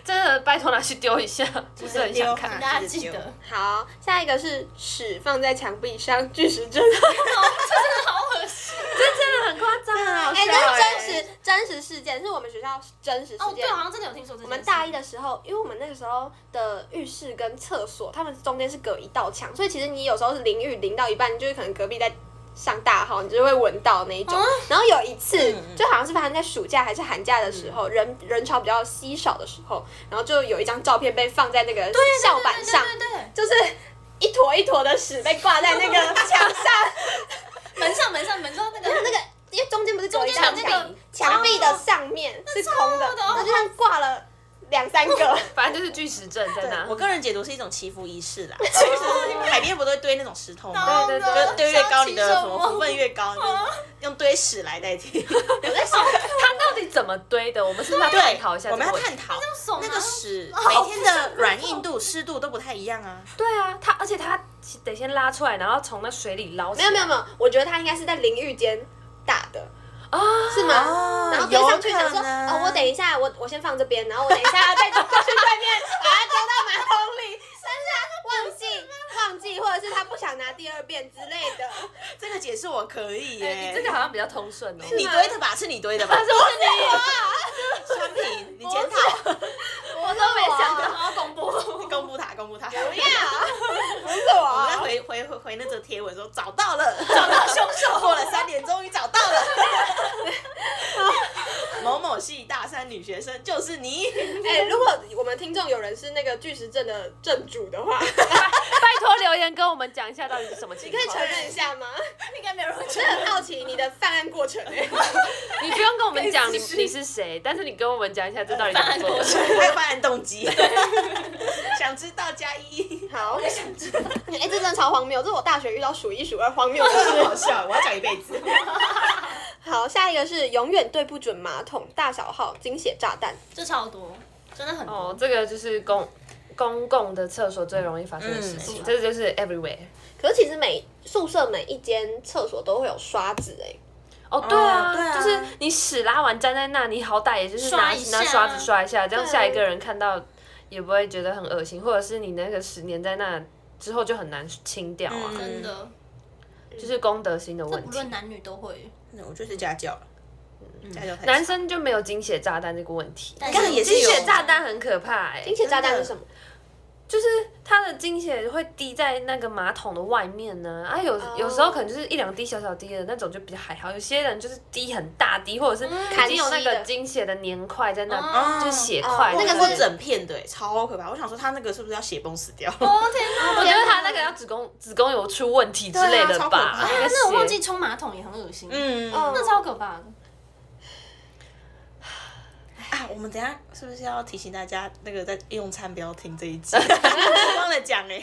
Speaker 4: 真的拜托拿去丢一下，不是很想
Speaker 5: 丢
Speaker 4: 看。
Speaker 3: 大家记得，
Speaker 2: 好，下一个是屎放在墙壁上，巨石阵。
Speaker 3: 好恶心。
Speaker 4: 真的很夸张啊！
Speaker 2: 哎、这 是真实真实事件，是我们学校真实
Speaker 3: 哦
Speaker 2: 事，
Speaker 3: 对，
Speaker 2: 件。
Speaker 3: 好像真的有听说这件事。
Speaker 2: 我们大一的时候，因为我们那个时候的浴室跟厕所，他们中间是隔一道墙，所以其实你有时候是淋浴淋到一半，你就会可能隔壁在上大号，你就会闻到那一种。
Speaker 3: 啊
Speaker 2: 然后有一
Speaker 3: 嗯
Speaker 2: 次，就好像是发生在暑假还是寒假的时候，人人潮比较稀少的时候，然后就有一张照片被放在那个校板上，
Speaker 3: 对对对
Speaker 2: 就是一坨一坨的屎被挂在那个墙 上，
Speaker 3: 对，门上门上门上那个
Speaker 2: 那个。因为中间不是隔一道
Speaker 3: 中间有那
Speaker 2: 墙
Speaker 3: 个，
Speaker 2: 墙壁的上面是空的
Speaker 3: 超恶，的
Speaker 2: 那就像挂了两三个。
Speaker 4: 反正就是巨石阵在那
Speaker 5: 我。个人解读是一种祈福仪式 啦，哦就是海边不都会堆那种石头吗？
Speaker 4: 对对
Speaker 5: 就
Speaker 4: 对，
Speaker 5: 堆越高，你的
Speaker 3: 想
Speaker 5: 什
Speaker 3: 起什
Speaker 5: 么
Speaker 3: 么
Speaker 5: 福分越高，你就 用堆屎来代替。
Speaker 4: 他到底怎么堆的？我们是不是要探
Speaker 5: 对
Speaker 4: 讨一下？
Speaker 5: 我们要探。讨
Speaker 3: 手
Speaker 5: 那哦
Speaker 3: 拿
Speaker 5: 个屎每天的软硬度、湿度都不太一样啊。
Speaker 4: 对啊，他而且他得先拉出来，然后从那水里捞起
Speaker 2: 没有
Speaker 4: 来。
Speaker 2: 没有没有，我觉得它应该是在淋浴间打的，
Speaker 4: 啊，
Speaker 2: 是吗？
Speaker 5: 哦
Speaker 2: 然后堆上去
Speaker 5: 有
Speaker 2: 想说，
Speaker 5: 可能
Speaker 2: 哦，我等一下，我我先放这边，然后我等一下要再走过去对面，把它丢到马桶里，但是他忘记忘记，或者是他不想拿第二遍之类的。
Speaker 5: 这个解释我可以
Speaker 4: 哎
Speaker 5: 耶
Speaker 4: 你，这个好像比较通顺哦。
Speaker 5: 你堆的吧？ 是你堆的吧？
Speaker 4: 但是我是你，
Speaker 5: 川平，你检讨，
Speaker 2: 我都没想到，
Speaker 3: 好恐怖。
Speaker 5: 公布他，公布他。
Speaker 2: 不要，不是
Speaker 5: 我们再
Speaker 2: 我，
Speaker 5: 回回回回那则贴文说找到了，找到凶手， 过了三年终于找到 了。某某系大三女学生就是 你，
Speaker 2: 哎，如果我们听众有人是那个巨石阵的正主的话，
Speaker 4: 拜托留言跟我们讲一下到底是什么情
Speaker 2: 你可
Speaker 4: 况。
Speaker 2: 以承认一下吗？
Speaker 3: 应该没有人会
Speaker 2: 我真的很好奇你的犯案过程、哎
Speaker 4: 你不用跟我们讲你你是谁，但是你跟我们讲一下这到底怎么做的。
Speaker 5: 还有犯案动机， 想知道加 一，
Speaker 2: 好，我想知道。 哎、这真的超荒谬，这是我大学遇到数一数二荒谬的
Speaker 5: 真
Speaker 2: 事。
Speaker 5: 的好笑，我要讲一辈 子。
Speaker 2: 好，下一个是永远对不准马桶大小号惊血炸弹。
Speaker 3: 这超多，真的很多。
Speaker 4: 哦，这个就是公公共的厕所最容易发生的事情，
Speaker 5: 嗯
Speaker 4: 这就是 everywhere。
Speaker 2: 可是其实每宿舍每一间厕所都会有刷子、哎，
Speaker 4: 哦，对啊，
Speaker 5: 对啊
Speaker 4: 就是你屎拉完站在那，你好歹也就是拿
Speaker 3: 刷一下
Speaker 4: 拿刷子刷一下，这样
Speaker 2: 对
Speaker 4: 下一个人看到也不会觉得很恶心，或者是你那个屎粘在那之后就很难清掉啊，
Speaker 5: 嗯
Speaker 3: 真的，
Speaker 4: 就是公德心的
Speaker 3: 这
Speaker 4: 问
Speaker 3: 不
Speaker 4: 题。
Speaker 3: 论男女都会。
Speaker 5: 我就是家教了，家教太少
Speaker 4: 男生就没有精血炸弹这个问题，
Speaker 3: 但
Speaker 5: 看也是
Speaker 4: 精
Speaker 5: 有
Speaker 4: 血炸弹很可怕哎、
Speaker 2: 哎惊血炸弹是什么？
Speaker 4: 就是它的精血会滴在那个马桶的外面呢，啊有、
Speaker 2: 哦
Speaker 4: 有时候可能就是一两滴小小滴的那种就比较还好，有些人就是滴很大滴，或者是
Speaker 2: 嗯
Speaker 4: 已经有那
Speaker 2: 砍
Speaker 4: 个
Speaker 2: 息的
Speaker 4: 精血的粘块在那，
Speaker 3: 哦
Speaker 4: 就是血块、
Speaker 2: 哦
Speaker 5: 那
Speaker 2: 那
Speaker 5: 个
Speaker 2: 个
Speaker 5: 过
Speaker 2: 是
Speaker 5: 整片的，欸超可怕。我想说他那个是不是要血崩死掉？
Speaker 3: 哦天哪！啊
Speaker 4: 我觉得他那个要子宫子宫有出问题之类
Speaker 5: 对啊
Speaker 4: 的
Speaker 5: 超可
Speaker 4: 吧
Speaker 5: 怕，
Speaker 4: 那个
Speaker 3: 那我忘
Speaker 4: 血
Speaker 3: 记冲马桶也很恶心，
Speaker 5: 嗯
Speaker 2: 哦
Speaker 3: 那超可 怕的。
Speaker 5: 啊，我们等一下是不是要提醒大家，那个在用餐不要听这一集，我忘了讲哎、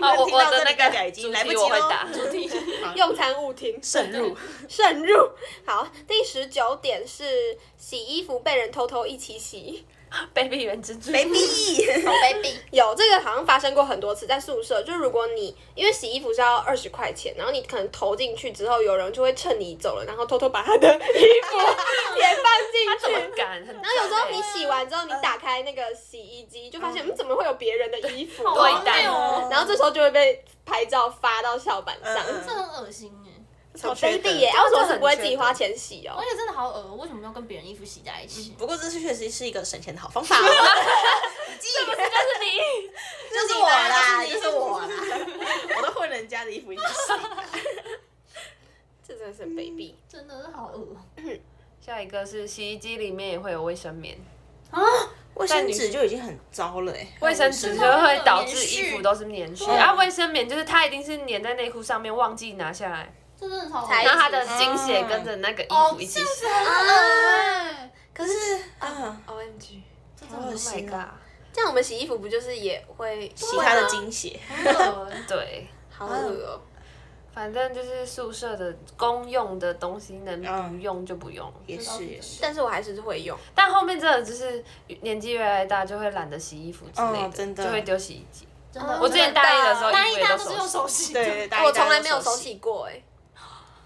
Speaker 4: 啊，我
Speaker 5: 听
Speaker 4: 我
Speaker 5: 到这
Speaker 4: 的
Speaker 5: 里
Speaker 4: 那
Speaker 5: 代表
Speaker 4: 个
Speaker 5: 已
Speaker 4: 主
Speaker 5: 经来不
Speaker 4: 题
Speaker 5: 及
Speaker 4: 我会
Speaker 5: 咯
Speaker 4: 打，
Speaker 2: 用餐勿 听，
Speaker 5: 慎入。
Speaker 2: 慎入。好，第十九点是洗衣服被人偷偷一起洗。
Speaker 4: baby 原蜘蛛，
Speaker 5: baby，
Speaker 2: 好卑鄙。有这个好像发生过很多次，在宿舍，就是如果你因为洗衣服是要二十块钱，然后你可能投进去之后，有人就会趁你走了，然后偷偷把他的衣服 也
Speaker 4: 他
Speaker 2: 放
Speaker 4: 怎
Speaker 2: 进
Speaker 4: 么
Speaker 2: 去。
Speaker 4: 敢？然
Speaker 2: 然后有时候你洗完之后，你
Speaker 5: 嗯
Speaker 2: 打开那个洗衣机，就发现嗯怎么会有别人的衣服？
Speaker 4: 对
Speaker 3: 荒谬哦，
Speaker 2: 然后这时候就会被拍照发到校板上，
Speaker 5: 嗯
Speaker 3: 这很恶心哎。
Speaker 2: 好卑鄙耶！
Speaker 4: 这
Speaker 2: 为
Speaker 4: 个
Speaker 2: 什么
Speaker 4: 真的很
Speaker 2: 是不会自己花钱洗哦
Speaker 3: 而？且真的好恶，为什么要跟别人衣服洗在一起？
Speaker 5: 不过这是确实是一个省钱的好方法、哦。记
Speaker 4: 不是就是你，
Speaker 5: 就是
Speaker 2: 我啦
Speaker 5: 就是我啦，我都混人家的衣服一起洗。
Speaker 2: 这真的是很卑鄙。
Speaker 3: 真的是好恶
Speaker 4: 下一个是洗衣机里面也会有卫生棉，
Speaker 3: 啊！
Speaker 5: 卫生纸就已经很糟了哎、
Speaker 4: 卫生纸就会导致衣服都是棉絮，啊，卫生棉就是它一定是粘在内裤上面，忘记拿下来，
Speaker 3: 这真的超恶。
Speaker 2: 才
Speaker 4: 然后它的精血跟着那个衣服一起洗。
Speaker 5: 嗯
Speaker 2: 嗯
Speaker 3: 啊！
Speaker 5: 可是啊，
Speaker 2: O M G！
Speaker 3: 这真
Speaker 5: Oh
Speaker 3: 的很恶
Speaker 5: my god
Speaker 3: 心
Speaker 4: 啊
Speaker 2: 这样我们洗衣服不就是也会啊
Speaker 5: 洗他的精血，
Speaker 3: 好恶
Speaker 4: 对，
Speaker 5: 嗯
Speaker 2: 好恶哦？
Speaker 4: 反正就是宿舍的公用的东西能不
Speaker 5: 嗯
Speaker 4: 用就不用。
Speaker 5: 也是也是，
Speaker 2: 但是我还是会用。
Speaker 4: 但后面真的就是年纪越来越大，就会懒得洗衣服之类
Speaker 5: 嗯真的
Speaker 4: 就会丢洗衣机。
Speaker 3: 真的，
Speaker 4: 我之前大一的时候，
Speaker 3: 大一大
Speaker 4: 家
Speaker 3: 家都是用手洗的，
Speaker 5: 哦对，大一
Speaker 2: 我从来没有
Speaker 5: 大家
Speaker 2: 手
Speaker 5: 都
Speaker 2: 洗过哎、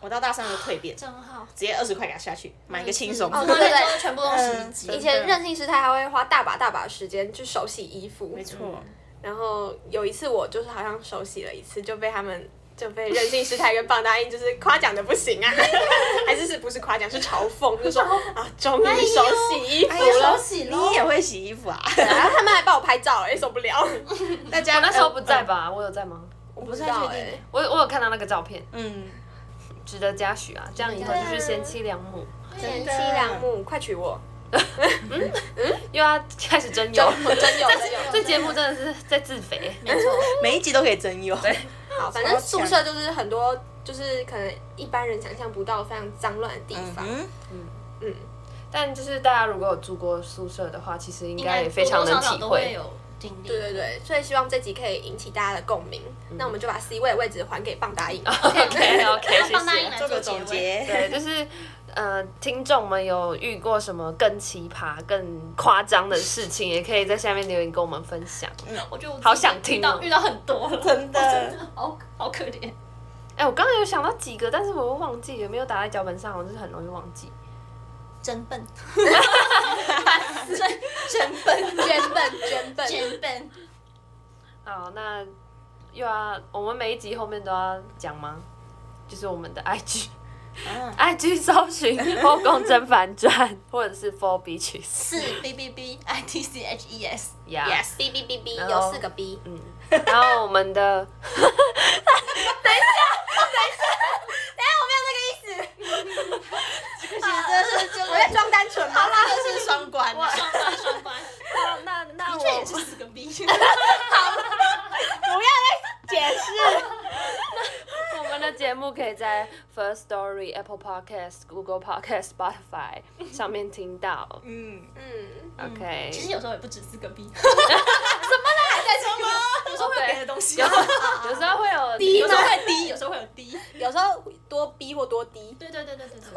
Speaker 5: 我到大三有蜕变，直
Speaker 3: 真好。
Speaker 5: 接二十块给他下去买一个轻松
Speaker 3: 我
Speaker 5: 的。
Speaker 3: 们那时候全部都洗衣
Speaker 5: 嗯
Speaker 2: 以
Speaker 3: 机，
Speaker 2: 前任性时态还会花大把大把的时间去手洗衣服，
Speaker 5: 没错，
Speaker 2: 然后有一次我就是好像手洗了一次，就被他们就被任性师太跟棒答应就是夸奖的不行 啊，还是是不是夸奖是嘲讽，就哎说啊终于手洗衣服了，
Speaker 3: 洗
Speaker 5: 你也会洗衣服啊？
Speaker 2: 然后他们还帮我拍照，也受不了，
Speaker 5: 大家
Speaker 4: 我那时候不在吧？我有在吗？
Speaker 2: 我
Speaker 5: 不
Speaker 2: 不
Speaker 5: 太确定
Speaker 2: 哎，
Speaker 4: 我我有看到那个照片，
Speaker 5: 嗯？
Speaker 4: 值得嘉许啊！这样以后就是贤妻良母，
Speaker 2: 贤妻良母，快娶我，
Speaker 4: 又要开始征
Speaker 2: 哦真
Speaker 4: 友。
Speaker 2: 有 真有真有。
Speaker 4: 这节目真的是在自肥，
Speaker 3: 没错，
Speaker 5: 嗯，每一集都可以征友。对，
Speaker 2: 好，反正宿舍就是很多就是可能一般人想象不到非常脏乱的地方，
Speaker 5: 嗯，
Speaker 2: 嗯，
Speaker 4: 但就是大家如果有住过宿舍的话，其实应
Speaker 3: 应
Speaker 4: 该也非常能体会。
Speaker 3: 有经历。
Speaker 2: 对对对，所以希望这集可以引起大家的共鸣。那我们就把 C 位的位置还给棒答 应。
Speaker 4: OK OK，谢
Speaker 3: 放大音
Speaker 4: 谢。
Speaker 3: 来
Speaker 5: 做个
Speaker 3: 结
Speaker 5: 总
Speaker 3: 尾。
Speaker 5: 结。
Speaker 4: 对，就是呃，听众们有遇过什么更奇葩、更夸张的事情，也可以在下面留言跟我们分享。
Speaker 3: 我觉得我
Speaker 4: 好想听哦
Speaker 3: 遇到遇到很多了，
Speaker 5: 真的
Speaker 3: 好好可怜。
Speaker 4: 哎、我刚刚有想到几个，但是我又忘记有没有打在脚本上，我就是很容易忘记。
Speaker 3: 真笨，
Speaker 2: 捐笨，捐笨，捐 笨，
Speaker 3: 真笨。
Speaker 4: 好，那又要我们每一集后面都要讲吗？就是我们的 IG。
Speaker 5: 啊
Speaker 4: IG 搜寻“后宫甄嬛传”或者是 “Four Beaches”。
Speaker 3: 是 B B B I T C H E S。
Speaker 4: 呀
Speaker 2: Yes, B B B B
Speaker 4: 然
Speaker 2: 有
Speaker 4: 后
Speaker 2: 四个 B，
Speaker 4: 嗯， 然后我们的，
Speaker 5: 其实
Speaker 2: 啊
Speaker 5: 这是
Speaker 2: 我在装单纯吗？
Speaker 5: 这是双关啊，
Speaker 3: 双关双关，
Speaker 4: 那那
Speaker 3: 这也
Speaker 4: 我
Speaker 3: 是四个 B。
Speaker 2: 解释。
Speaker 4: 我们的节目可以在 First Story、Apple Podcast、Google Podcast、Spotify 上面听到。
Speaker 5: 嗯，
Speaker 2: 嗯，
Speaker 4: OK，
Speaker 3: 其实有时候也不止四个 B。
Speaker 5: 有时候会有别的东西
Speaker 4: 有
Speaker 5: 啊
Speaker 4: 时。候有时候会有
Speaker 2: 低
Speaker 3: 有时候会低，有时候会有低。
Speaker 2: 有时候多 B 或多 D。
Speaker 3: 对对对对对对。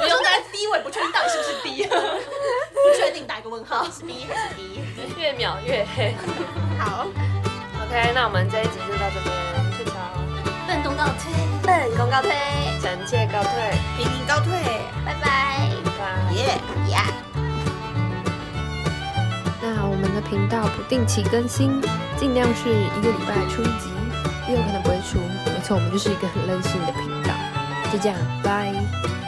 Speaker 3: 我用在低，我也不确定到底是不是低，不确定打一个问号是 B 还是 D。
Speaker 4: 越描越黑。
Speaker 2: 好，
Speaker 4: OK，那我们这一集就到这边，退潮，
Speaker 3: 笨东告推，
Speaker 2: 笨公告推，
Speaker 4: 臣妾告退，
Speaker 5: 频频告退，
Speaker 2: 拜拜。
Speaker 4: 拜。
Speaker 5: 耶、
Speaker 6: 那我们的频道不定期更新，尽量是一个礼拜出一集，也有可能不会出。没错，我们就是一个很任性的频道。就这样，拜。